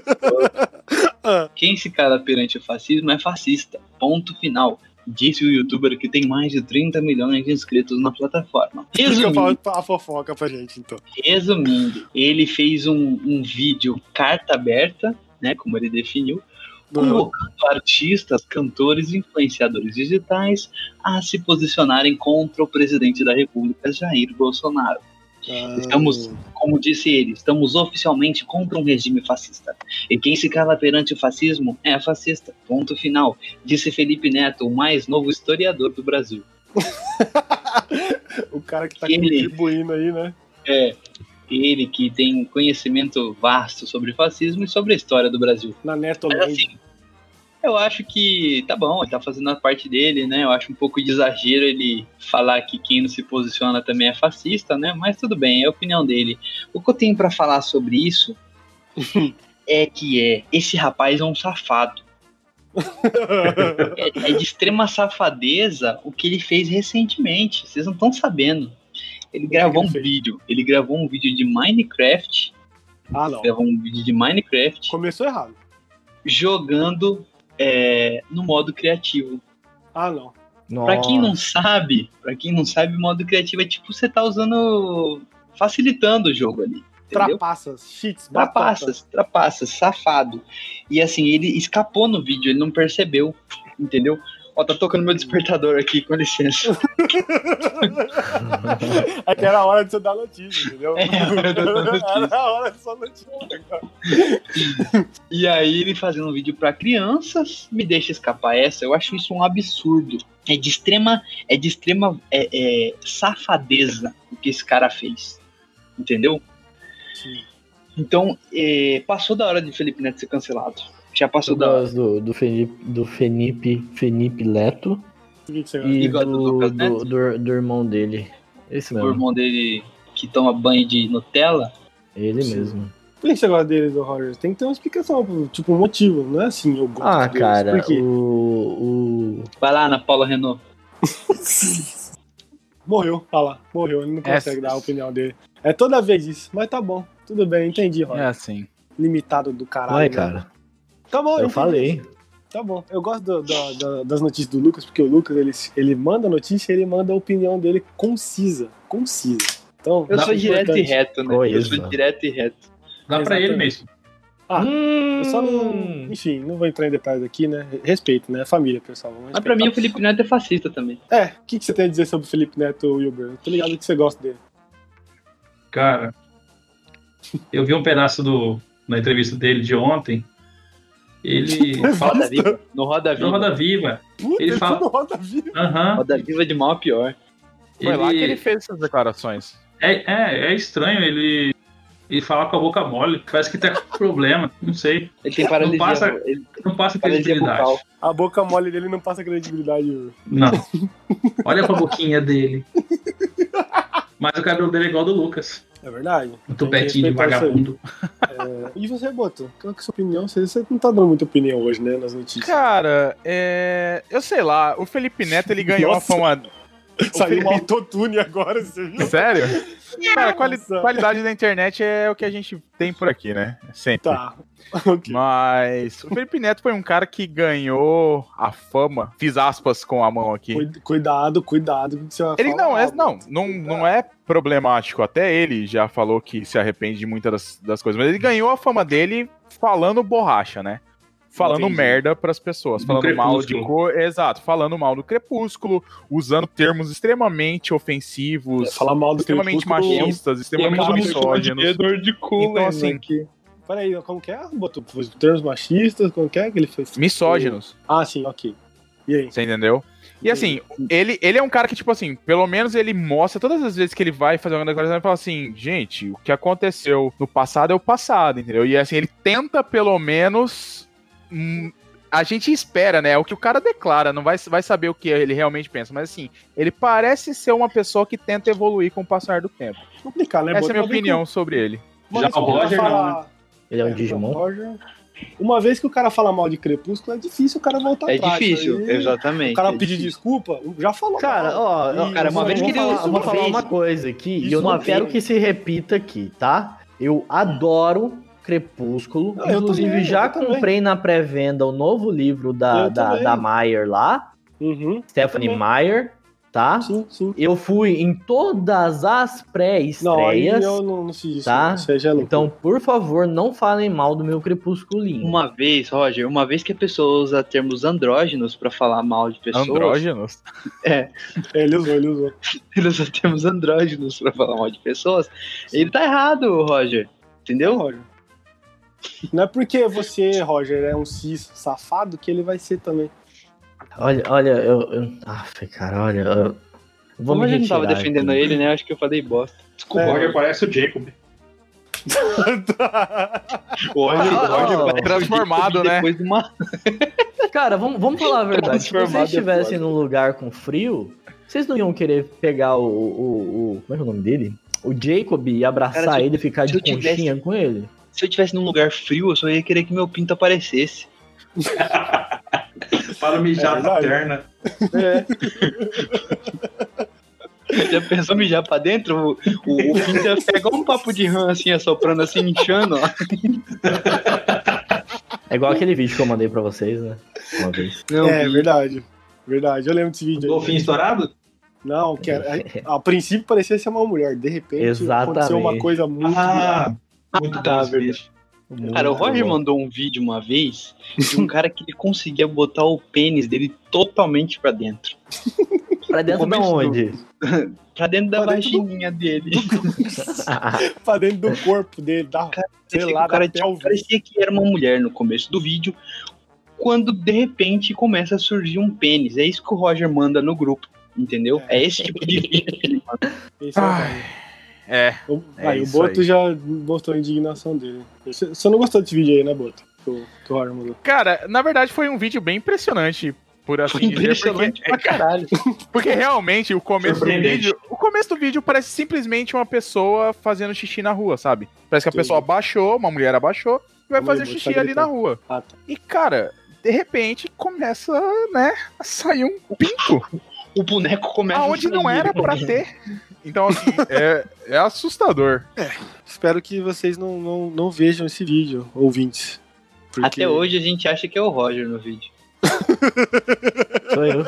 Speaker 1: Ah.
Speaker 3: Quem se cala perante o fascismo é fascista. Ponto final. Disse o youtuber que tem mais de 30 milhões de inscritos na plataforma.
Speaker 1: Explica
Speaker 3: Resumindo,
Speaker 1: a fofoca pra gente, então.
Speaker 3: resumindo, ele fez um, um vídeo carta aberta, né? Como ele definiu, convocando artistas, cantores e influenciadores digitais a se posicionarem contra o presidente da República, Jair Bolsonaro. Estamos, como disse ele, estamos oficialmente contra um regime fascista. E quem se cala perante o fascismo é fascista. Ponto final. Disse Felipe Neto, o mais novo historiador do Brasil.
Speaker 1: O cara que tá
Speaker 3: Ele.
Speaker 1: contribuindo aí, né?
Speaker 3: É, ele que tem conhecimento vasto sobre fascismo e sobre a história do Brasil.
Speaker 1: Na
Speaker 3: Mas
Speaker 1: Nertolândia.
Speaker 3: assim, eu acho que tá bom, ele tá fazendo a parte dele, né? Eu acho um pouco de exagero ele falar que quem não se posiciona também é fascista, né? Mas tudo bem, é a opinião dele. O que eu tenho pra falar sobre isso é que é, esse rapaz é um safado. É, é de extrema safadeza o que ele fez recentemente. Vocês não estão sabendo. Ele gravou um
Speaker 1: fez?
Speaker 3: vídeo. Ele gravou um vídeo de Minecraft.
Speaker 1: ah, não.
Speaker 3: Gravou um vídeo de Minecraft
Speaker 1: Começou errado.
Speaker 3: jogando é, no modo criativo.
Speaker 1: Ah, não.
Speaker 3: Pra quem não sabe, para quem não sabe, o modo criativo é tipo você tá usando facilitando o jogo ali, entendeu?
Speaker 1: Trapaças, cheats, batatas.
Speaker 3: Trapaças, trapaças, safado. E assim, ele escapou no vídeo, ele não percebeu, entendeu? Ó, tá tocando meu despertador aqui, com licença.
Speaker 1: É que era a hora de você dar notícia, entendeu?
Speaker 3: É, a hora de eu dar notícia.
Speaker 1: Era a hora de só notícia. cara.
Speaker 3: E aí ele fazendo um vídeo pra crianças, me deixa escapar essa, eu acho isso um absurdo. É de extrema, é de extrema é, é, safadeza o que esse cara fez. Entendeu? Então, é, passou da hora de Felipe Neto ser cancelado. Já passou da hora.
Speaker 2: Todas do, do Felipe, do Felipe, Felipe Leto
Speaker 1: O que que você
Speaker 2: e
Speaker 3: Igual
Speaker 2: do,
Speaker 3: do Lucas Neto?
Speaker 2: do, do- do irmão dele. Esse
Speaker 3: O
Speaker 2: mesmo.
Speaker 3: irmão dele que toma banho de Nutella.
Speaker 2: Ele
Speaker 1: Sim.
Speaker 2: mesmo.
Speaker 1: Por que você gosta dele, do Rogers? Tem que ter uma explicação, tipo, um motivo, não é assim, eu gosto
Speaker 2: Ah,
Speaker 1: deles.
Speaker 2: cara,
Speaker 1: Por quê?
Speaker 2: o, o.
Speaker 3: Vai lá, Ana Paula Renault.
Speaker 1: Morreu, olha lá, morreu, ele não consegue
Speaker 4: É,
Speaker 1: dar a opinião dele. É toda vez isso, mas tá bom, tudo bem, entendi, Rogers.
Speaker 4: É assim.
Speaker 1: Limitado do caralho.
Speaker 2: Vai,
Speaker 1: né?
Speaker 2: cara.
Speaker 1: Tá bom,
Speaker 2: Eu
Speaker 1: entendi.
Speaker 2: falei.
Speaker 1: Tá bom. Eu gosto do- do- do- das notícias do Lucas, porque o Lucas ele, ele manda a notícia e ele manda a opinião dele concisa. Concisa. Então,
Speaker 3: Eu
Speaker 1: isso
Speaker 3: sou
Speaker 1: é
Speaker 3: direto
Speaker 1: importante.
Speaker 3: e reto, né?
Speaker 2: Coisa.
Speaker 3: Eu sou direto e reto.
Speaker 5: Dá pra ele
Speaker 1: Exatamente.
Speaker 5: mesmo.
Speaker 1: Ah,
Speaker 2: Hum.
Speaker 1: Eu só não. Enfim, não vou entrar em detalhes aqui, né? Respeito, né? Família, pessoal. vamos
Speaker 3: Mas pra mim o
Speaker 1: respeitar.
Speaker 3: Felipe Neto é fascista também.
Speaker 1: É, o que, que você tem a dizer sobre o Felipe Neto, Wilber? Eu tô ligado que você gosta dele.
Speaker 5: Cara, eu vi um pedaço do, da entrevista dele de ontem. Ele fala
Speaker 3: Roda Viva. No Roda
Speaker 5: no
Speaker 3: Viva.
Speaker 5: Roda Viva.
Speaker 1: Puta,
Speaker 5: Ele fala-
Speaker 1: tá no Roda Viva.
Speaker 5: Aham.
Speaker 3: Roda Viva é de mal a pior.
Speaker 4: Foi lá que ele
Speaker 5: Ele,
Speaker 4: fez essas declarações.
Speaker 5: é, é, é estranho ele, ele falar com a boca mole. Parece que tá com problema. Não sei.
Speaker 3: Ele tem
Speaker 5: Não passa-
Speaker 3: paralisia, ele
Speaker 5: Não passa
Speaker 3: paralisia é bucal.
Speaker 5: credibilidade.
Speaker 1: A boca mole dele não passa credibilidade, Wilber.
Speaker 5: Não. Olha pra boquinha dele. Mas o cabelo dele é igual ao do Lucas.
Speaker 1: É verdade.
Speaker 5: Um
Speaker 1: Tem que
Speaker 5: tupetinho de
Speaker 1: respeitar isso aí.
Speaker 5: vagabundo.
Speaker 1: E você, Boto? Qual que é a sua opinião? Você, você não tá dando muita opinião hoje, né? Nas notícias.
Speaker 4: Cara, é... eu sei lá, o Felipe Neto ele ganhou
Speaker 1: Nossa.
Speaker 4: a fama.
Speaker 1: Saiu um
Speaker 4: Felipe-
Speaker 1: autotune agora, você viu?
Speaker 4: Sério? Cara, a quali-
Speaker 1: Nossa.
Speaker 4: qualidade da internet é o que a gente tem por aqui, né? Sempre.
Speaker 1: Tá. Ok.
Speaker 4: Mas o Felipe Neto foi um cara que ganhou a fama. Fiz aspas com a mão aqui.
Speaker 1: Cuid- Cuidado, cuidado com o que você vai
Speaker 4: Ele
Speaker 1: falar,
Speaker 4: não é,
Speaker 1: Roberto.
Speaker 4: não, não, não é problemático. Até ele já falou que se arrepende de muitas das, das coisas, mas ele ganhou a fama dele falando borracha, né? Falando
Speaker 5: Entendi.
Speaker 4: merda pras pessoas,
Speaker 5: Do
Speaker 4: falando mal de
Speaker 5: Crepúsculo.
Speaker 4: cor, exato, falando mal do crepúsculo, usando termos extremamente
Speaker 1: É,
Speaker 4: ofensivos,
Speaker 1: falar mal do
Speaker 4: extremamente
Speaker 1: Crepúsculo- é
Speaker 4: machistas, extremamente
Speaker 1: acaba
Speaker 5: me
Speaker 1: só,
Speaker 5: chama de
Speaker 4: misóginos.
Speaker 5: dedo de cu,
Speaker 4: Então,
Speaker 5: né,
Speaker 4: assim,
Speaker 5: né, que-
Speaker 1: Peraí, como que é? Botou os termos machistas, como que é que ele fez?
Speaker 4: Misóginos,
Speaker 1: Ah, sim, ok. E aí?
Speaker 4: você entendeu? E assim, ele, ele é um cara que, tipo assim, pelo menos ele mostra todas as vezes que ele vai fazer uma declaração, ele fala assim, gente, o que aconteceu no passado é o passado, entendeu? E assim, ele tenta pelo menos. hum, a gente espera, né? O que o cara declara, não vai, vai saber o que ele realmente pensa. Mas assim, ele parece ser uma pessoa que tenta evoluir com o passar do tempo.
Speaker 1: Complicado, né?
Speaker 4: Essa é
Speaker 1: Botou
Speaker 4: a minha
Speaker 1: pra brincar.
Speaker 4: opinião sobre ele.
Speaker 1: Uma vez que
Speaker 5: Já o
Speaker 1: cara
Speaker 5: Roger não,
Speaker 2: Ele é um
Speaker 1: É, o
Speaker 2: Digimon?
Speaker 1: Roger- Uma vez que o cara fala mal de Crepúsculo, é difícil o cara voltar
Speaker 3: É
Speaker 1: atrás.
Speaker 3: difícil,
Speaker 1: aí
Speaker 3: exatamente.
Speaker 1: O cara
Speaker 3: é
Speaker 1: pedir
Speaker 3: difícil.
Speaker 1: desculpa, já falou.
Speaker 2: Cara,
Speaker 1: mal.
Speaker 2: ó,
Speaker 1: E
Speaker 2: ó,
Speaker 3: cara, uma
Speaker 1: isso
Speaker 2: eu
Speaker 1: é
Speaker 3: vez
Speaker 2: vou
Speaker 1: aí
Speaker 3: que
Speaker 1: não
Speaker 2: falar,
Speaker 3: deu-
Speaker 2: eu vou
Speaker 3: uma
Speaker 2: falar
Speaker 3: vez-
Speaker 2: uma coisa aqui, e
Speaker 1: isso
Speaker 2: eu não
Speaker 1: uma
Speaker 2: quero
Speaker 1: vez.
Speaker 2: que se repita aqui, tá? Eu adoro Crepúsculo,
Speaker 1: Ah, eu
Speaker 2: inclusive
Speaker 1: também,
Speaker 2: já
Speaker 1: eu também.
Speaker 2: comprei na pré-venda o novo livro da,
Speaker 1: Eu
Speaker 2: da,
Speaker 1: também.
Speaker 2: da Mayer lá,
Speaker 1: Uhum,
Speaker 2: Stephanie Meyer, tá?
Speaker 1: sim, sim.
Speaker 2: Eu fui em todas as
Speaker 1: Não, aí
Speaker 2: pré-estreias,
Speaker 1: eu não, não fiz isso.
Speaker 2: tá?
Speaker 1: Isso aí já é não.
Speaker 2: então por favor não falem mal do meu Crepusculinho.
Speaker 3: Uma vez, Roger, uma vez que a pessoa usa termos andrógenos pra falar mal de pessoas,
Speaker 4: Andrógenos.
Speaker 1: É, ele usou, ele usou.
Speaker 3: ele usa termos andrógenos pra falar mal de pessoas, ele tá errado, Roger.
Speaker 1: Não,
Speaker 3: Entendeu?
Speaker 1: Roger. Não é porque você, Roger, é um cis safado que ele vai ser também.
Speaker 2: Olha, olha, eu, eu... Aff, cara, olha... Eu... Vou
Speaker 3: Como
Speaker 2: me
Speaker 3: a gente tava
Speaker 2: retirar
Speaker 3: defendendo
Speaker 2: aqui.
Speaker 3: ele, né? Acho que eu falei bosta.
Speaker 5: O
Speaker 3: Desculpa,
Speaker 5: Roger parece o Jacob.
Speaker 3: Roger.
Speaker 2: Ah,
Speaker 3: Roger
Speaker 2: ah,
Speaker 3: vai ser
Speaker 4: transformado,
Speaker 3: o Jacob
Speaker 4: né?
Speaker 3: Depois de uma...
Speaker 2: Cara, vamos, vamos falar a verdade. Se
Speaker 3: Transformado é
Speaker 2: vocês estivessem
Speaker 3: foda.
Speaker 2: num lugar com frio, vocês não iam querer pegar o. o, o- como é que é o nome dele? O Jacob e abraçar
Speaker 3: Cara, se-
Speaker 2: ele e ficar
Speaker 3: se
Speaker 2: de
Speaker 3: eu tivesse-
Speaker 2: conchinha com ele?
Speaker 3: Se eu tivesse num lugar frio, eu só ia querer que meu pinto aparecesse.
Speaker 5: Para mijar
Speaker 1: É
Speaker 5: na
Speaker 1: verdade.
Speaker 5: perna.
Speaker 3: Já pensou mijar pra dentro? O, o, o pinto ia pegar um papo de rã assim, assoprando assim, inchando, ó.
Speaker 2: É igual aquele vídeo que eu mandei pra vocês, né? Uma vez.
Speaker 3: Não,
Speaker 1: é, verdade. Verdade, eu lembro desse vídeo. aí.
Speaker 5: Golfinho estourado?
Speaker 1: Não, que era, a princípio parecia ser uma mulher, de repente aconteceu uma
Speaker 2: Exatamente.
Speaker 1: coisa muito.
Speaker 5: Ah, muito
Speaker 3: tá,
Speaker 5: bom esse
Speaker 3: verdade.
Speaker 5: bicho.
Speaker 3: Cara, o
Speaker 2: Muito
Speaker 3: Roger
Speaker 2: bom.
Speaker 3: mandou um vídeo uma vez de um cara que ele conseguia botar o pênis dele totalmente pra dentro.
Speaker 2: Pra dentro de
Speaker 3: Começo do-
Speaker 2: onde?
Speaker 3: Pra dentro da
Speaker 1: Pra dentro do-
Speaker 3: vagininha dele.
Speaker 1: pra dentro do corpo dele, da, sei lá,
Speaker 3: o cara
Speaker 1: da
Speaker 3: tinha-
Speaker 1: pelve.
Speaker 3: parecia que era uma mulher no começo do vídeo, quando de repente começa a surgir um pênis. É isso que o Roger manda no grupo, entendeu? É, esse tipo de vídeo. que ele manda.
Speaker 1: Esse é o
Speaker 4: Ai,
Speaker 1: cara.
Speaker 4: É,
Speaker 1: O-
Speaker 4: é
Speaker 1: aí, o
Speaker 4: isso
Speaker 1: Boto
Speaker 4: aí.
Speaker 1: já mostrou a indignação dele. Você, você não gostou desse vídeo aí, né, Boto? Que o, que o Roger mandou.
Speaker 4: Cara, na verdade foi um vídeo bem impressionante, por assim
Speaker 3: Foi
Speaker 4: dizer.
Speaker 3: impressionante
Speaker 4: Porque,
Speaker 3: pra caralho.
Speaker 4: porque realmente o começo do
Speaker 5: Surpreendente.
Speaker 4: vídeo. O começo do vídeo parece simplesmente uma pessoa fazendo xixi na rua, sabe? Parece que a
Speaker 1: Entendi.
Speaker 4: pessoa abaixou, uma mulher abaixou e vai
Speaker 1: Calma
Speaker 4: fazer
Speaker 1: aí, vou
Speaker 4: xixi
Speaker 1: tá
Speaker 4: ali na
Speaker 1: gritando.
Speaker 4: rua.
Speaker 1: Ah, tá.
Speaker 4: E, cara, de repente começa, né, a sair um pinto
Speaker 3: O boneco começa a
Speaker 4: aonde não
Speaker 3: surgir.
Speaker 4: era pra ter. Então, assim, é, é assustador.
Speaker 1: Espero que vocês não, não, não vejam esse vídeo, ouvintes. Porque-
Speaker 3: Até hoje a gente acha que é o Roger no vídeo.
Speaker 2: Sou eu.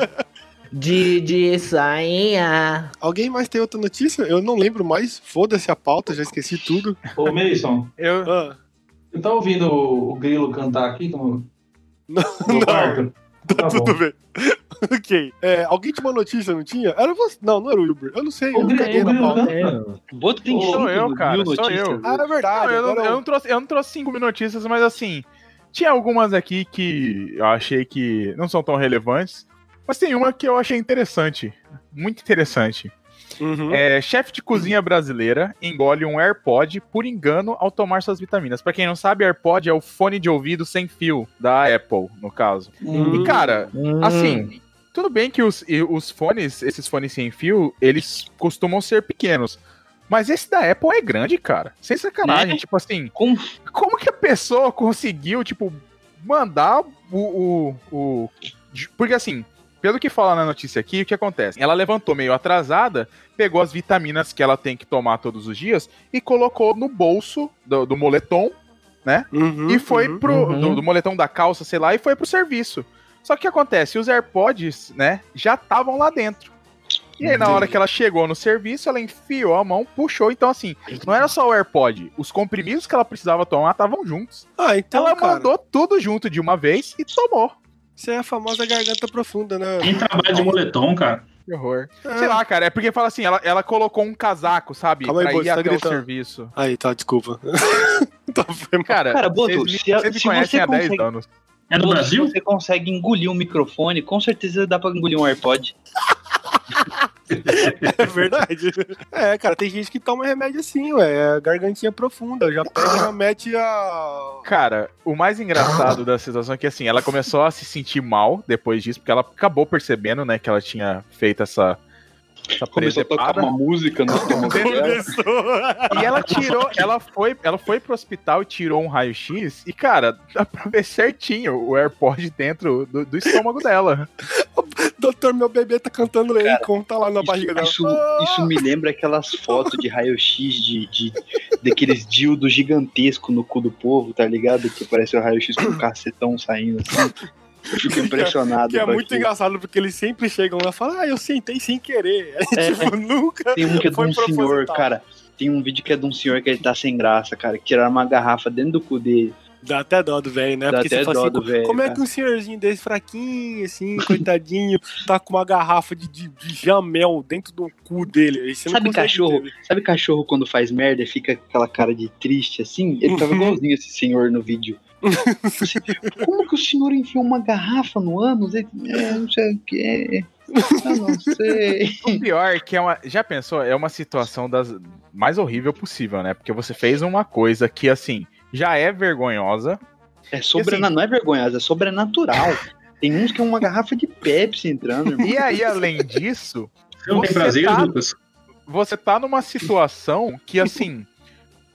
Speaker 2: De, de sainha.
Speaker 1: Alguém mais tem outra notícia? Eu não lembro mais. Foda-se a pauta, já esqueci tudo.
Speaker 5: Ô, Mason,
Speaker 4: Eu,
Speaker 1: Ah,
Speaker 5: você tá ouvindo o, o grilo cantar aqui no,
Speaker 1: Não,
Speaker 5: no
Speaker 1: não.
Speaker 5: quarto? Tá bom.
Speaker 1: tudo bem. ok. É, alguém tinha uma notícia, não tinha? Era você. Não, não era o Uber. Eu não sei. Eu
Speaker 5: O grilo,
Speaker 1: caguei
Speaker 5: o
Speaker 1: na
Speaker 5: grilo
Speaker 1: pauta.
Speaker 5: canta.
Speaker 2: É,
Speaker 3: O Boto tem
Speaker 5: Ô,
Speaker 3: cinco
Speaker 4: sou eu,
Speaker 3: mil
Speaker 4: cara, sou
Speaker 3: notícias, né?
Speaker 4: eu.
Speaker 1: Ah, é verdade.
Speaker 4: Não, eu, não,
Speaker 1: agora
Speaker 4: eu não trouxe, eu não trouxe 5 mil notícias, mas assim, tinha algumas aqui que eu achei que não são tão relevantes, mas tem uma que eu achei interessante, muito interessante.
Speaker 1: Uhum.
Speaker 4: É, chefe de cozinha brasileira engole um AirPod por engano ao tomar suas vitaminas. Pra quem não sabe, AirPod é o fone de ouvido sem fio da Apple, no caso.
Speaker 1: Hum.
Speaker 4: E cara,
Speaker 2: hum,
Speaker 4: Assim, tudo bem que os, e os fones, esses fones sem fio, eles costumam ser pequenos. Mas esse da Apple é grande, cara. Sem sacanagem.
Speaker 3: Né?
Speaker 4: Tipo assim,
Speaker 3: Como?
Speaker 4: como que a pessoa conseguiu, tipo, mandar o. o, o- Porque assim, Pelo que fala na notícia aqui, o que acontece? Ela levantou meio atrasada, pegou as vitaminas que ela tem que tomar todos os dias e colocou no bolso do, do moletom
Speaker 1: Uhum,
Speaker 4: e foi
Speaker 1: uhum.
Speaker 4: pro.
Speaker 2: uhum.
Speaker 4: Do, do moletom da calça, sei lá, e foi pro serviço. Só que o que acontece? Os AirPods, né, já estavam lá dentro. E aí, na hora que ela chegou no serviço, ela enfiou a mão, puxou. Então, assim, não era só o AirPod. Os comprimidos que ela precisava tomar estavam juntos.
Speaker 1: Ah, então,
Speaker 4: ela
Speaker 1: cara,
Speaker 4: mandou tudo junto de uma vez e tomou.
Speaker 1: você é a famosa garganta profunda, né?
Speaker 5: Quem trabalha de moletom, cara?
Speaker 4: Que horror.
Speaker 1: Ah.
Speaker 4: Sei lá, cara, é porque fala assim, ela, ela colocou um casaco, sabe?
Speaker 1: Calma aí,
Speaker 4: pra
Speaker 1: Boto,
Speaker 4: ir
Speaker 1: você tá
Speaker 4: até o
Speaker 1: gritando.
Speaker 4: serviço.
Speaker 1: Aí, tá, desculpa. tá, foi mal.
Speaker 4: Cara,
Speaker 3: Cara, Boto,
Speaker 4: vocês, me-
Speaker 3: se a-
Speaker 4: vocês me
Speaker 3: se
Speaker 4: conhecem
Speaker 3: você
Speaker 4: há 10
Speaker 3: consegue-
Speaker 4: anos.
Speaker 5: É do
Speaker 3: Ou se
Speaker 5: Brasil?
Speaker 3: Você consegue engolir um microfone, com certeza dá pra engolir um AirPod.
Speaker 1: É verdade. É, cara, tem gente que toma remédio assim, ué. É gargantinha profunda. Já pega e já mete a.
Speaker 4: Cara, o mais engraçado da situação é que assim, ela começou a se sentir mal depois disso, porque ela acabou percebendo, né, que ela tinha feito essa. Essa presepada.
Speaker 3: música no estômago
Speaker 4: E ela tirou, ela foi, ela foi pro hospital e tirou um raio-x. E, cara, dá pra ver certinho o AirPod dentro do, do estômago dela.
Speaker 1: Doutor, meu bebê tá cantando Lincoln, tá lá na barriga dela.
Speaker 3: Isso, isso me lembra aquelas fotos de raio-x de, de, daqueles dildos gigantesco no cu do povo, tá ligado? Que parece o raio-x com o cacetão saindo assim. Eu fico impressionado.
Speaker 1: Que é
Speaker 3: com
Speaker 1: muito
Speaker 3: aquilo.
Speaker 1: engraçado, porque eles sempre chegam lá e falam, ah, eu sentei sem querer. Aí,
Speaker 3: É.
Speaker 1: tipo, nunca.
Speaker 3: Tem um que é de
Speaker 1: Foi
Speaker 3: um senhor,
Speaker 1: proposital.
Speaker 3: cara. Tem um vídeo que é de um senhor que ele tá sem graça, cara. Que tiraram uma garrafa dentro do cu dele.
Speaker 1: Dá até dó do velho, né?
Speaker 3: Dá
Speaker 1: porque
Speaker 3: até
Speaker 1: você fala
Speaker 3: dó
Speaker 1: assim,
Speaker 3: do velho, né?
Speaker 1: como é
Speaker 3: cara.
Speaker 1: que um senhorzinho desse fraquinho, assim, coitadinho, tá com uma garrafa de, de, de jamel dentro do cu dele? Aí você não
Speaker 3: Sabe
Speaker 1: consegue
Speaker 3: cachorro?
Speaker 1: entender.
Speaker 3: Sabe cachorro quando faz merda e fica com aquela cara de triste assim? Ele tava
Speaker 1: Uhum.
Speaker 3: igualzinho esse senhor no vídeo. Assim, Como que o senhor enfiou uma garrafa no ânus? Ele, "É, não sei o que. Eu não sei.
Speaker 4: O pior que é uma. Já pensou? É uma situação das mais horrível possível, né? Porque você fez uma coisa que, assim, já é vergonhosa.
Speaker 3: É sobrenatural,
Speaker 1: assim-
Speaker 3: não é vergonhosa, é sobrenatural. Tem uns que é uma garrafa de Pepsi entrando, irmão.
Speaker 4: E aí, além disso,
Speaker 5: Você não tem
Speaker 4: Você
Speaker 5: prazer,
Speaker 4: tá-
Speaker 5: Lucas?
Speaker 4: você tá numa situação que, assim,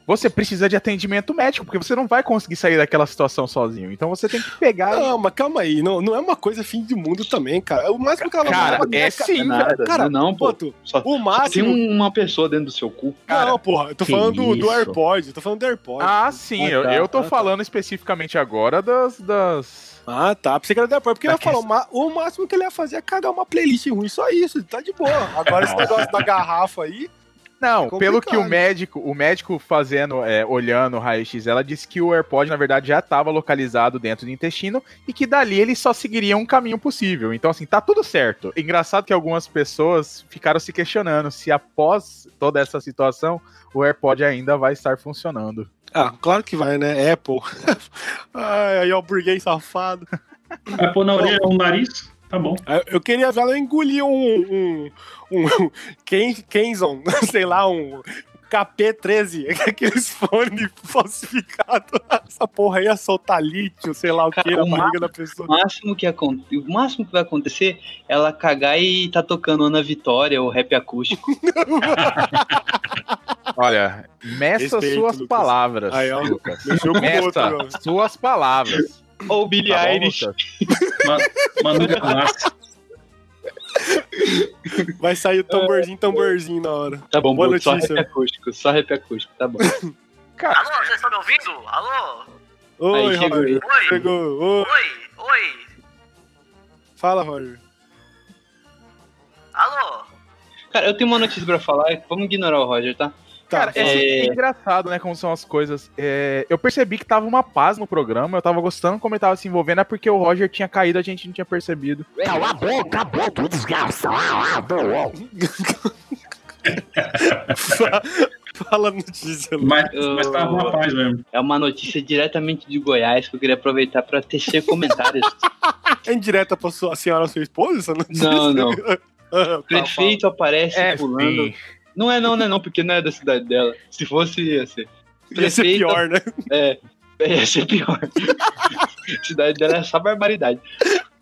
Speaker 4: você precisa de atendimento médico, porque você não vai conseguir sair daquela situação sozinho. Então você tem que pegar.
Speaker 1: Não, mas calma aí, não, não é uma coisa fim de mundo também, cara. É O máximo que ela
Speaker 4: Cara,
Speaker 1: mandava-
Speaker 4: é sim, velho.
Speaker 3: Nada,
Speaker 1: Cara,
Speaker 3: não, pô.
Speaker 1: Boto,
Speaker 3: Só
Speaker 1: o
Speaker 3: tem um
Speaker 1: máximo.
Speaker 3: uma pessoa dentro do seu cu.
Speaker 4: cara,
Speaker 1: não, porra, eu tô
Speaker 2: que
Speaker 1: falando do, do
Speaker 2: isso?
Speaker 1: AirPod, eu tô falando do AirPod. Ah,
Speaker 4: Ah, sim,
Speaker 3: Ah,
Speaker 4: eu,
Speaker 3: tá,
Speaker 4: eu tô
Speaker 1: ah, tá.
Speaker 4: falando especificamente agora das. das...
Speaker 1: tá, pra você que era do AirPod, porque ele ia
Speaker 4: Tá que-
Speaker 1: falar, o ma- o máximo que ele ia fazer é cagar uma playlist ruim, só isso, tá de boa. Agora esse negócio da garrafa aí,
Speaker 4: Não,
Speaker 1: É
Speaker 4: pelo que o
Speaker 1: complicado.
Speaker 4: médico, o médico fazendo, é, olhando o raio-x, ela disse que o AirPod, na verdade, já estava localizado dentro do intestino e que dali ele só seguiria um caminho possível. Então, assim, tá tudo certo. Engraçado que algumas pessoas ficaram se questionando se após toda essa situação, o AirPod ainda vai estar funcionando.
Speaker 1: Ah, claro que vai, né? Apple. Ai, aí é o burguês safado.
Speaker 5: Vai pôr na orelha um nariz? Tá bom.
Speaker 1: Ah, Eu queria ver ela engolir um. um. um. Ken, Kenzon, sei lá, um. KP13, aqueles fones falsificados. Essa porra ia soltar lítio, sei lá o que,
Speaker 3: Cara,
Speaker 1: na
Speaker 3: o
Speaker 1: barriga
Speaker 3: máximo-
Speaker 1: da
Speaker 3: O
Speaker 1: pessoa.
Speaker 3: máximo que, acon- o máximo que vai acontecer é ela cagar e tá tocando Ana Vitória ou rap acústico.
Speaker 4: Olha, meça
Speaker 1: Respeito,
Speaker 4: suas
Speaker 1: Lucas.
Speaker 4: palavras,
Speaker 1: Aí, ó,
Speaker 4: Lucas.
Speaker 1: Mexeu com o
Speaker 4: Meça
Speaker 1: outro.
Speaker 4: suas palavras.
Speaker 3: Ou Billy
Speaker 4: Tá bom,
Speaker 3: Irish.
Speaker 4: Lucas?
Speaker 5: Ma- Manu Gavassi.
Speaker 1: Vai sair o tamborzinho, tamborzinho na hora.
Speaker 3: Tá bom,
Speaker 1: Boa
Speaker 3: Boto, só
Speaker 1: notícia.
Speaker 3: rap acústico, só rap acústico, tá bom.
Speaker 4: Cara,
Speaker 6: Alô, vocês estão me ouvindo? Alô?
Speaker 1: Oi,
Speaker 3: Aí chegou
Speaker 1: Roger.
Speaker 3: ele.
Speaker 6: Oi?
Speaker 1: Chegou. Ô,
Speaker 6: Oi? Oi?
Speaker 1: Fala, Roger.
Speaker 6: Alô?
Speaker 3: Cara, eu tenho uma notícia pra falar, vamos ignorar o Roger, tá?
Speaker 4: Cara, é, assim,
Speaker 3: é-
Speaker 4: é engraçado, né, como são as coisas. É, eu percebi que tava uma paz no programa, eu tava gostando como ele tava se envolvendo, é porque o Roger tinha caído, a gente não tinha percebido.
Speaker 2: Cala a boca, boca, desgraça.
Speaker 1: Fa- Fala a notícia, Lu.
Speaker 5: Mas, mas tava uma paz mesmo.
Speaker 3: É uma notícia diretamente de Goiás que eu queria aproveitar pra tecer comentários.
Speaker 1: É indireta pra sua, a senhora, sua esposa, essa notícia?
Speaker 3: Não, não.
Speaker 1: Ah,
Speaker 3: O
Speaker 1: tá, fala.
Speaker 3: prefeito aparece pulando.
Speaker 4: sim.
Speaker 3: Não é não, não é não, porque não é da cidade dela. Se fosse, ia ser.
Speaker 1: Ia ser
Speaker 3: Prefeito-
Speaker 1: pior, né?
Speaker 3: É, ia ser pior. A cidade dela é só barbaridade.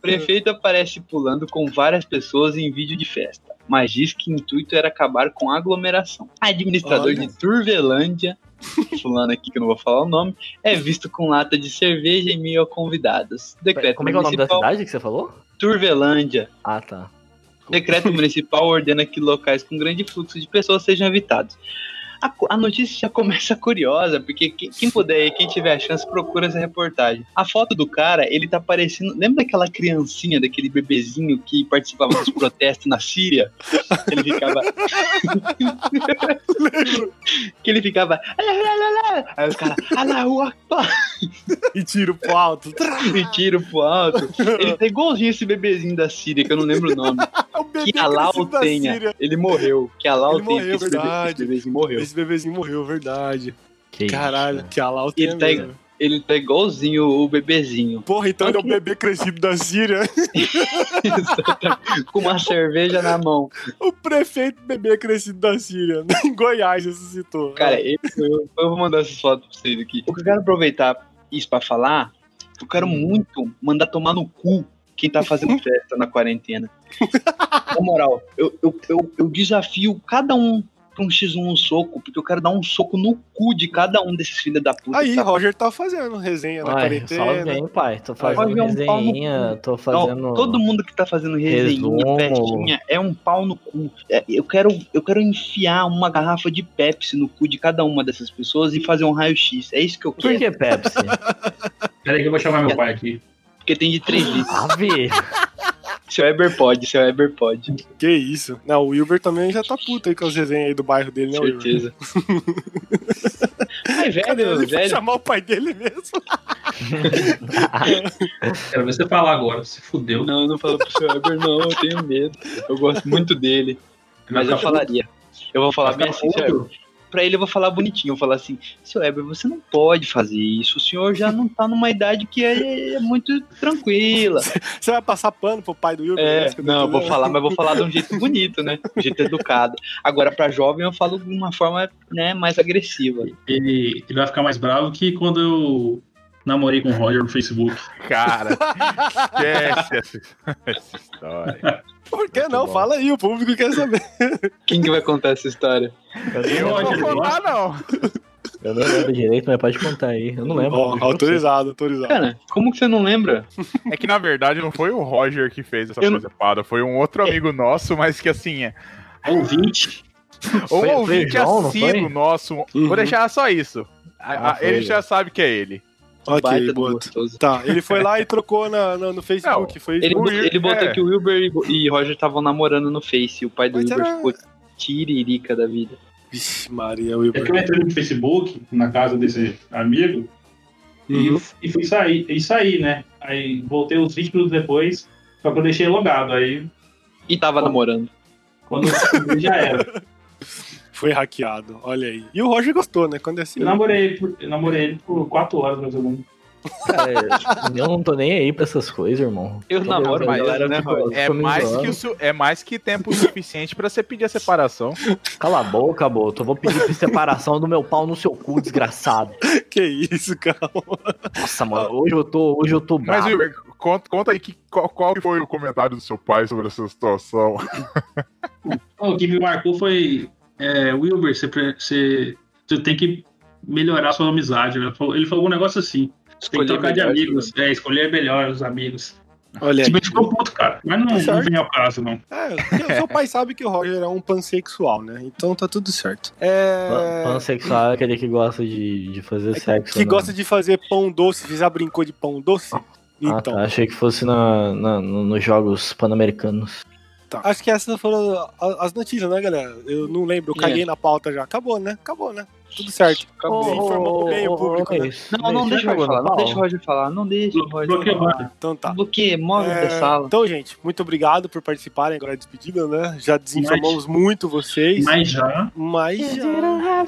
Speaker 3: Prefeito aparece pulando com várias pessoas em vídeo de festa, mas diz que o intuito era acabar com a aglomeração. Administrador
Speaker 1: Olha.
Speaker 3: de Turvelândia, fulano aqui que eu não vou falar o nome, é visto com lata de cerveja em meio a convidados. Decreto
Speaker 2: Como é que é o nome da
Speaker 3: municipal-
Speaker 2: cidade que você falou?
Speaker 3: Turvelândia.
Speaker 2: Ah, tá.
Speaker 3: Decreto municipal ordena que locais com grande fluxo de pessoas sejam evitados. A, co- a notícia já começa curiosa, porque que- quem puder e quem tiver a chance, procura essa reportagem. A foto do cara, ele tá parecendo. Lembra daquela criancinha, daquele bebezinho que participava dos protestos na Síria? Ele ficava. que ele ficava. "Lá, lá, lá, lá". Aí os caras. Allahu Akbar!
Speaker 1: E tiro pro alto.
Speaker 3: e tiro pro alto. Ele tá igualzinho esse bebezinho da Síria, que eu não lembro o nome.
Speaker 1: o bebê
Speaker 3: Que Alau
Speaker 1: crescido da
Speaker 3: tenha.
Speaker 1: Síria.
Speaker 3: Ele morreu. Que Alau
Speaker 1: Ele
Speaker 3: tenha.
Speaker 1: morreu,
Speaker 3: esse, bebe-
Speaker 1: verdade.
Speaker 3: esse bebezinho morreu.
Speaker 1: Esse bebezinho morreu, verdade.
Speaker 2: Que isso,
Speaker 1: Caralho,
Speaker 2: cara.
Speaker 1: que Alau
Speaker 3: Ele
Speaker 1: tenha
Speaker 3: tá-
Speaker 1: mesmo.
Speaker 3: Ele tá igualzinho o bebezinho.
Speaker 1: Porra, então ele é o bebê crescido da Síria.
Speaker 3: Com uma cerveja na mão.
Speaker 1: O prefeito bebê crescido da Síria. Em Goiás ressuscitou.
Speaker 3: Cara, eu, eu- eu vou mandar essas fotos pra vocês aqui. O que eu quero aproveitar isso pra falar, eu quero
Speaker 1: Hum.
Speaker 3: muito mandar tomar no cu quem tá fazendo festa na quarentena. Na moral, eu, eu, eu, eu desafio cada um pra um X1 no soco, porque eu quero dar um soco no cu de cada um desses filhos da puta.
Speaker 1: Aí,
Speaker 3: que tá
Speaker 1: Roger tá fazendo resenha na
Speaker 2: Ai, fala
Speaker 1: quarentena.
Speaker 2: bem, pai. Tô
Speaker 3: Olha,
Speaker 2: fazendo
Speaker 3: é um pau no
Speaker 2: resenha, tô
Speaker 3: Não,
Speaker 2: fazendo.
Speaker 3: todo mundo que tá fazendo resenha,
Speaker 2: Resumo.
Speaker 3: festinha, é um pau no cu. É, Eu quero, eu quero enfiar uma garrafa de Pepsi no cu de cada uma dessas pessoas e fazer um raio-x. É isso que eu
Speaker 2: Por
Speaker 3: quero.
Speaker 2: que Pepsi?
Speaker 5: Peraí que eu vou chamar meu pai aqui.
Speaker 3: Porque tem de 3 litros.
Speaker 2: Ave!
Speaker 3: Seu Eber pode, seu Eber pode.
Speaker 1: Que isso. Não, o Wilber também já tá puto aí com as resenhas aí do bairro dele, né, Wilber?
Speaker 3: certeza. Ai,
Speaker 1: Cadê
Speaker 3: velho,
Speaker 1: ele Vai
Speaker 3: velho.
Speaker 1: chamar o pai dele mesmo?
Speaker 5: Quero ver você falar agora. Se fudeu.
Speaker 3: Não, não fala pro seu Eber, não. Eu tenho medo. Eu gosto muito dele. Mas eu falaria. Eu vou falar bem assim, seu Eber. Pra ele eu vou falar bonitinho, eu vou falar assim, seu Heber, você não pode fazer isso, o senhor já não tá numa idade que é, é muito tranquila.
Speaker 1: Você vai passar pano pro pai do Wilber? É
Speaker 3: É,
Speaker 1: isso que eu tô
Speaker 3: não, eu vou
Speaker 1: entendendo?
Speaker 3: falar, mas vou falar de um jeito bonito, né? De um jeito educado. Agora, pra jovem, eu falo de uma forma né, mais agressiva.
Speaker 5: Ele, ele vai ficar mais bravo que quando eu namorei com o Roger no Facebook.
Speaker 4: Cara, esquece essa, essa história.
Speaker 1: Por que
Speaker 4: Muito
Speaker 1: não?
Speaker 4: bom.
Speaker 1: Fala aí, o público quer
Speaker 3: Tá
Speaker 1: saber.
Speaker 3: Quem que vai contar essa história?
Speaker 4: Eu
Speaker 5: Eu acho
Speaker 4: não
Speaker 5: que
Speaker 4: vou contar, não.
Speaker 2: Eu não lembro direito, mas pode contar aí. Eu não lembro.
Speaker 1: Ó, autorizado, autorizado.
Speaker 3: Cara, como que você não lembra?
Speaker 4: É que na verdade não foi o Roger que fez essa
Speaker 3: Eu não-
Speaker 4: coisa parada, foi um outro amigo nosso, mas que assim, é
Speaker 5: Ouvinte.
Speaker 4: um
Speaker 2: foi
Speaker 4: ouvinte
Speaker 2: João, não foi?
Speaker 4: assíduo nosso.
Speaker 1: Uhum.
Speaker 4: Vou deixar só isso. A-
Speaker 2: Ah,
Speaker 4: a-
Speaker 2: foi.
Speaker 4: ele já sabe que é ele.
Speaker 1: ok,
Speaker 3: Baita do
Speaker 1: boa.
Speaker 3: gostoso.
Speaker 1: Tá, ele foi lá e trocou na, na- no Facebook, foi isso?
Speaker 3: Ele,
Speaker 4: O Wil-
Speaker 3: ele botou
Speaker 4: é.
Speaker 3: que o Wilber e, e Roger estavam namorando no Face, e o pai do
Speaker 1: Mas
Speaker 3: Wilber
Speaker 1: era-
Speaker 3: ficou tiririca da vida.
Speaker 1: Vixe, Maria
Speaker 5: É que eu
Speaker 1: Wilber.
Speaker 5: entrei no Facebook, na casa desse amigo, e,
Speaker 1: Uhum.
Speaker 5: e fui sair, e saí, né? Aí voltei uns 20 minutos depois, só que eu deixei logado. Aí
Speaker 3: E tava namorando.
Speaker 5: quando eu descobri, já era.
Speaker 1: Foi hackeado, olha aí. E o Roger gostou, né? Quando é assim.
Speaker 5: Eu namorei, por- eu namorei ele por 4 horas, mais ou menos.
Speaker 2: Cara, É, tipo, eu não tô nem aí pra essas coisas, irmão.
Speaker 3: Eu
Speaker 2: Tô
Speaker 3: namoro
Speaker 2: ligado,
Speaker 4: a galera,
Speaker 2: eu
Speaker 3: né,
Speaker 2: fico-
Speaker 3: Roger?
Speaker 2: eu
Speaker 4: É
Speaker 2: fico me
Speaker 4: mais,
Speaker 2: zoando.
Speaker 4: que o su- é mais que tempo suficiente pra você pedir a separação.
Speaker 2: Cala a boca, boto. Eu vou pedir separação do meu pau no seu cu, desgraçado.
Speaker 1: Que isso, cara.
Speaker 2: Nossa, mano, hoje eu tô, hoje eu tô
Speaker 4: Mas,
Speaker 2: bravo.
Speaker 4: Wilber, conta, conta aí que, qual, qual que foi o comentário do seu pai sobre essa situação.
Speaker 5: Não, o que me marcou foi: é, Wilber, você, pre- você, você tem que melhorar a sua amizade. Ele falou, ele falou um negócio assim: tem que trocar de
Speaker 3: melhor,
Speaker 5: amigos, é, escolher melhor os
Speaker 3: É.
Speaker 5: amigos.
Speaker 1: Olha aí.
Speaker 5: Tipo, ele ficou puto, cara. Mas não, não vem ao caso, não.
Speaker 1: É, seu pai sabe que o Roger é um pansexual, né? Então tá tudo certo.
Speaker 2: Pan-
Speaker 1: É...
Speaker 2: Pansexual é aquele que gosta de, de fazer sexo.
Speaker 1: Que
Speaker 2: né?
Speaker 1: gosta de fazer pão doce, você já brincou de pão doce?
Speaker 2: Ah,
Speaker 1: Então,
Speaker 2: tá. Achei que fosse na, na- no- nos Jogos Pan-Americanos.
Speaker 1: Tá. Acho que essas foram a- as notícias, né, galera? Eu não lembro, eu caguei na pauta já. Acabou, né? Acabou, né? Tudo certo.
Speaker 3: Acabou.
Speaker 1: Você informou bem o público, né?
Speaker 3: Não,
Speaker 2: é
Speaker 3: não deixa o Roger falar, não deixa o Roger falar, não deixa o Roger
Speaker 5: Bloqueou
Speaker 3: falar.
Speaker 1: Então tá.
Speaker 3: Bloqueia, move
Speaker 1: É,
Speaker 3: da sala.
Speaker 1: Então, gente, muito obrigado por participarem agora da despedida, né? Já desinformamos muito vocês, mas,
Speaker 5: Mas já.
Speaker 1: já...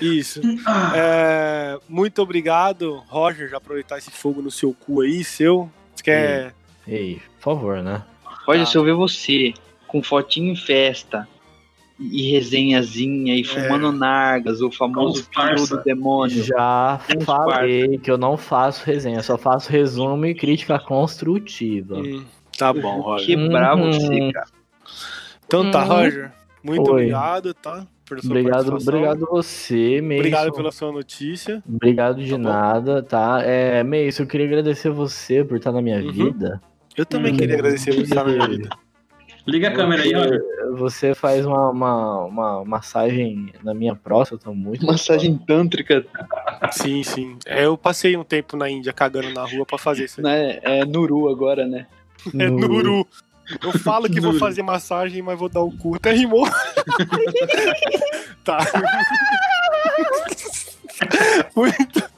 Speaker 1: Isso.
Speaker 5: Ah,
Speaker 1: É, muito obrigado, Roger, já aproveitar esse fogo no seu cu aí, seu. Você quer...
Speaker 2: Ei, por favor, né?
Speaker 3: Roger,
Speaker 5: Tá.
Speaker 3: se eu ver você com fotinho em festa e resenhazinha e fumando nargas, o famoso
Speaker 5: É. Como farsa.
Speaker 3: pino do demônio.
Speaker 2: Já
Speaker 3: Tem uns
Speaker 2: falei que eu não faço resenha, só faço resumo e crítica construtiva.
Speaker 1: Hum, tá bom, Roger.
Speaker 3: Quebrar
Speaker 2: Hum.
Speaker 3: você, cara.
Speaker 1: Então tá,
Speaker 2: Hum.
Speaker 1: Roger. Muito
Speaker 2: Oi.
Speaker 1: obrigado, tá? Por sua
Speaker 2: Obrigado,
Speaker 1: participação.
Speaker 2: obrigado você, Mason.
Speaker 1: Obrigado pela sua notícia.
Speaker 2: Obrigado de
Speaker 1: Tá bom.
Speaker 2: nada, tá? É, Mason, eu queria agradecer você por estar na minha
Speaker 1: Uhum.
Speaker 2: vida.
Speaker 1: Eu também
Speaker 5: Hum.
Speaker 1: queria agradecer por estar na minha vida.
Speaker 3: É,
Speaker 5: Liga a câmera aí, ó.
Speaker 2: Você faz uma, uma, uma massagem na minha próstata muito.
Speaker 3: Massagem tântrica
Speaker 1: Sim, sim. É, Eu passei um tempo na Índia cagando na rua pra fazer isso. aí.
Speaker 3: né? É Nuru agora, né?
Speaker 1: É
Speaker 2: No-
Speaker 1: Nuru. Eu falo que vou
Speaker 5: Nuru.
Speaker 1: fazer massagem, mas vou dar o cu. Até rimou. tá. muito,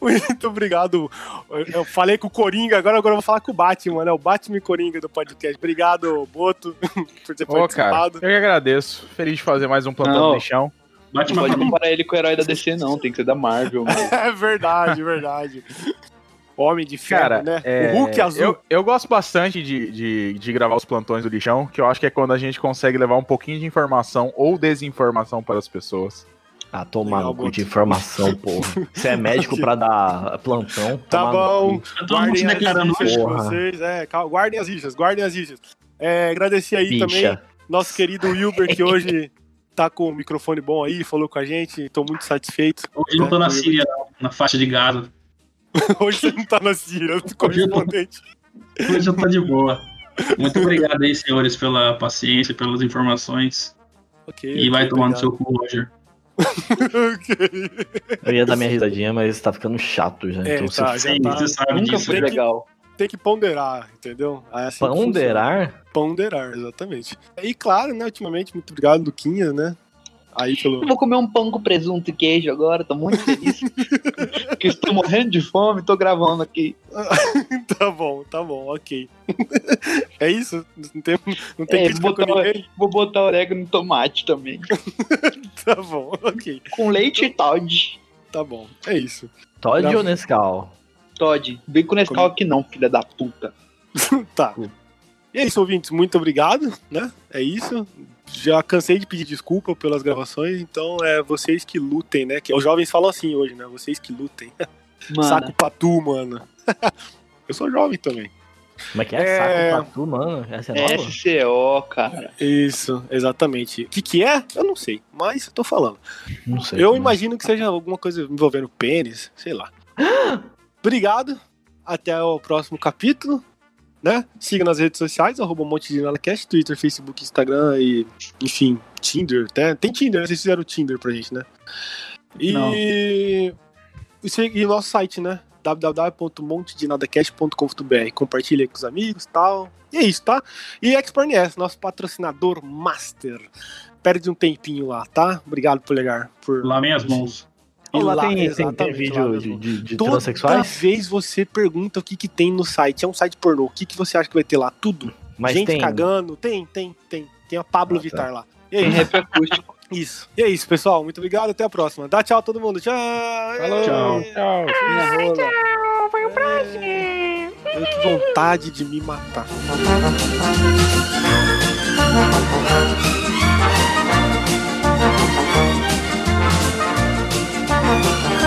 Speaker 1: muito obrigado. Eu- Eu falei com o Coringa, agora, agora eu vou falar com o Batman, né? O Batman e Coringa do podcast. Obrigado, Boto, por ter
Speaker 4: Ô, cara,
Speaker 1: participado.
Speaker 4: eu que agradeço. Feliz de fazer mais um plantão
Speaker 3: Não.
Speaker 4: no lixão.
Speaker 5: Bate
Speaker 3: Não
Speaker 5: uma
Speaker 3: pode
Speaker 5: palma.
Speaker 3: comparar ele com o herói da DC, não. Tem que ser da Marvel, né? mano.
Speaker 1: É verdade, verdade. Homem de ferro,
Speaker 4: Cara,
Speaker 1: né?
Speaker 4: é,
Speaker 1: o Hulk azul.
Speaker 4: Eu, eu gosto bastante de, de, de gravar os plantões do lixão, que eu acho que é quando a gente consegue levar um pouquinho de informação ou desinformação para as pessoas.
Speaker 2: Ah, tomar
Speaker 1: Legal,
Speaker 2: no cu de
Speaker 1: Guto.
Speaker 2: informação, porra. Você é médico pra dar plantão?
Speaker 1: Tá
Speaker 2: tomar no
Speaker 1: bom.
Speaker 2: cu.
Speaker 5: Todo mundo se declarando
Speaker 1: rixas
Speaker 5: hoje.
Speaker 1: de
Speaker 2: Porra.
Speaker 1: vocês, é, calma, guardem as rixas, guardem as rixas. É, agradecer aí também
Speaker 2: Bicha.
Speaker 1: nosso querido Wilber, que hoje tá com o microfone bom aí, falou com a gente, tô muito satisfeito.
Speaker 5: Hoje eu não tô na Síria, não, na faixa de Gaza.
Speaker 1: Hoje você não tá na Cira, correspondente.
Speaker 5: Hoje eu tô de boa. Muito obrigado aí, senhores, pela paciência, pelas informações.
Speaker 1: Ok.
Speaker 5: E vai tomar no seu cu, Roger.
Speaker 1: Ok.
Speaker 2: Eu ia dar minha risadinha, mas tá ficando chato já.
Speaker 1: É,
Speaker 2: então se
Speaker 1: tá, já
Speaker 5: Sim,
Speaker 1: tá.
Speaker 5: você sabe
Speaker 3: Ah, Nunca
Speaker 5: disso.
Speaker 3: foi
Speaker 1: né?
Speaker 3: legal.
Speaker 1: Tem que ponderar, entendeu? É assim que funciona.
Speaker 2: ponderar,
Speaker 1: Ponderar, exatamente. E claro, né, ultimamente, muito obrigado, Luquinhas, né? Aí pelo.
Speaker 3: Eu vou comer um pão com presunto e queijo agora, tô muito feliz. Porque estou morrendo de fome, tô gravando aqui.
Speaker 1: tá bom, tá bom, ok. é isso? Não tem, não tem
Speaker 3: É,
Speaker 1: crítica com
Speaker 3: botar-
Speaker 1: ninguém?
Speaker 3: Vou botar orégano no tomate também.
Speaker 1: Tá bom, ok.
Speaker 3: Com leite e Todd.
Speaker 1: Tá bom. É isso.
Speaker 2: Todd
Speaker 1: Não.
Speaker 2: ou Nescau?
Speaker 3: Todd, vem com Nescau aqui não, filha da puta.
Speaker 1: Tá. E é isso, ouvintes. Muito obrigado, né? É isso. Já cansei de pedir desculpa pelas gravações, então é vocês que lutem, né? Que, os jovens falam assim hoje, né? Vocês que lutem.
Speaker 3: Mano,
Speaker 1: Saco patu, mano. Eu sou jovem também.
Speaker 2: Como é que é?
Speaker 1: É.
Speaker 2: Saco pra tu, mano. Essa é
Speaker 3: é
Speaker 2: nova?
Speaker 3: SCO, cara.
Speaker 1: Isso, exatamente. O que, que é? Eu não sei, mas eu tô falando.
Speaker 2: Não sei.
Speaker 1: Eu
Speaker 2: como é.
Speaker 1: imagino que seja alguma coisa envolvendo pênis, sei lá. Obrigado. Até o próximo capítulo. Né? Siga nas redes sociais, arroba MonteDinalaCast, Twitter, Facebook, Instagram e, enfim, Tinder, até. Tem Tinder, né? Vocês fizeram Tinder pra gente, né?
Speaker 5: Não.
Speaker 1: E, e se- e nosso site, né? www.montedinadacast.com.br Compartilha aí com os amigos e tal. E é isso, tá? E Exporn S, nosso patrocinador master. Perde um tempinho lá, tá? Obrigado, Polegar, por
Speaker 5: Lavem as mãos.
Speaker 2: E lá,
Speaker 1: Lá,
Speaker 2: tem, tem- tem,
Speaker 1: exatamente, lá
Speaker 2: vídeo de,
Speaker 1: mesmo.
Speaker 2: de, de
Speaker 1: Toda
Speaker 2: transexuais?
Speaker 1: vez você pergunta o que, que tem no site. É um site pornô. O que, que você acha que vai ter lá? Tudo.
Speaker 2: Mas
Speaker 1: Gente
Speaker 2: tem.
Speaker 1: cagando. Tem, tem, tem. Tem a Pablo
Speaker 2: Ah, tá.
Speaker 1: Vittar lá. E
Speaker 3: Tem
Speaker 1: é
Speaker 3: rap acústico.
Speaker 1: isso. isso. E é isso, pessoal. Muito obrigado. Até a próxima. Dá tchau a todo mundo. Tchau.
Speaker 4: Falou,
Speaker 5: Tchau.
Speaker 4: tchau.
Speaker 1: Foi um prazer. Eu que vontade de me matar.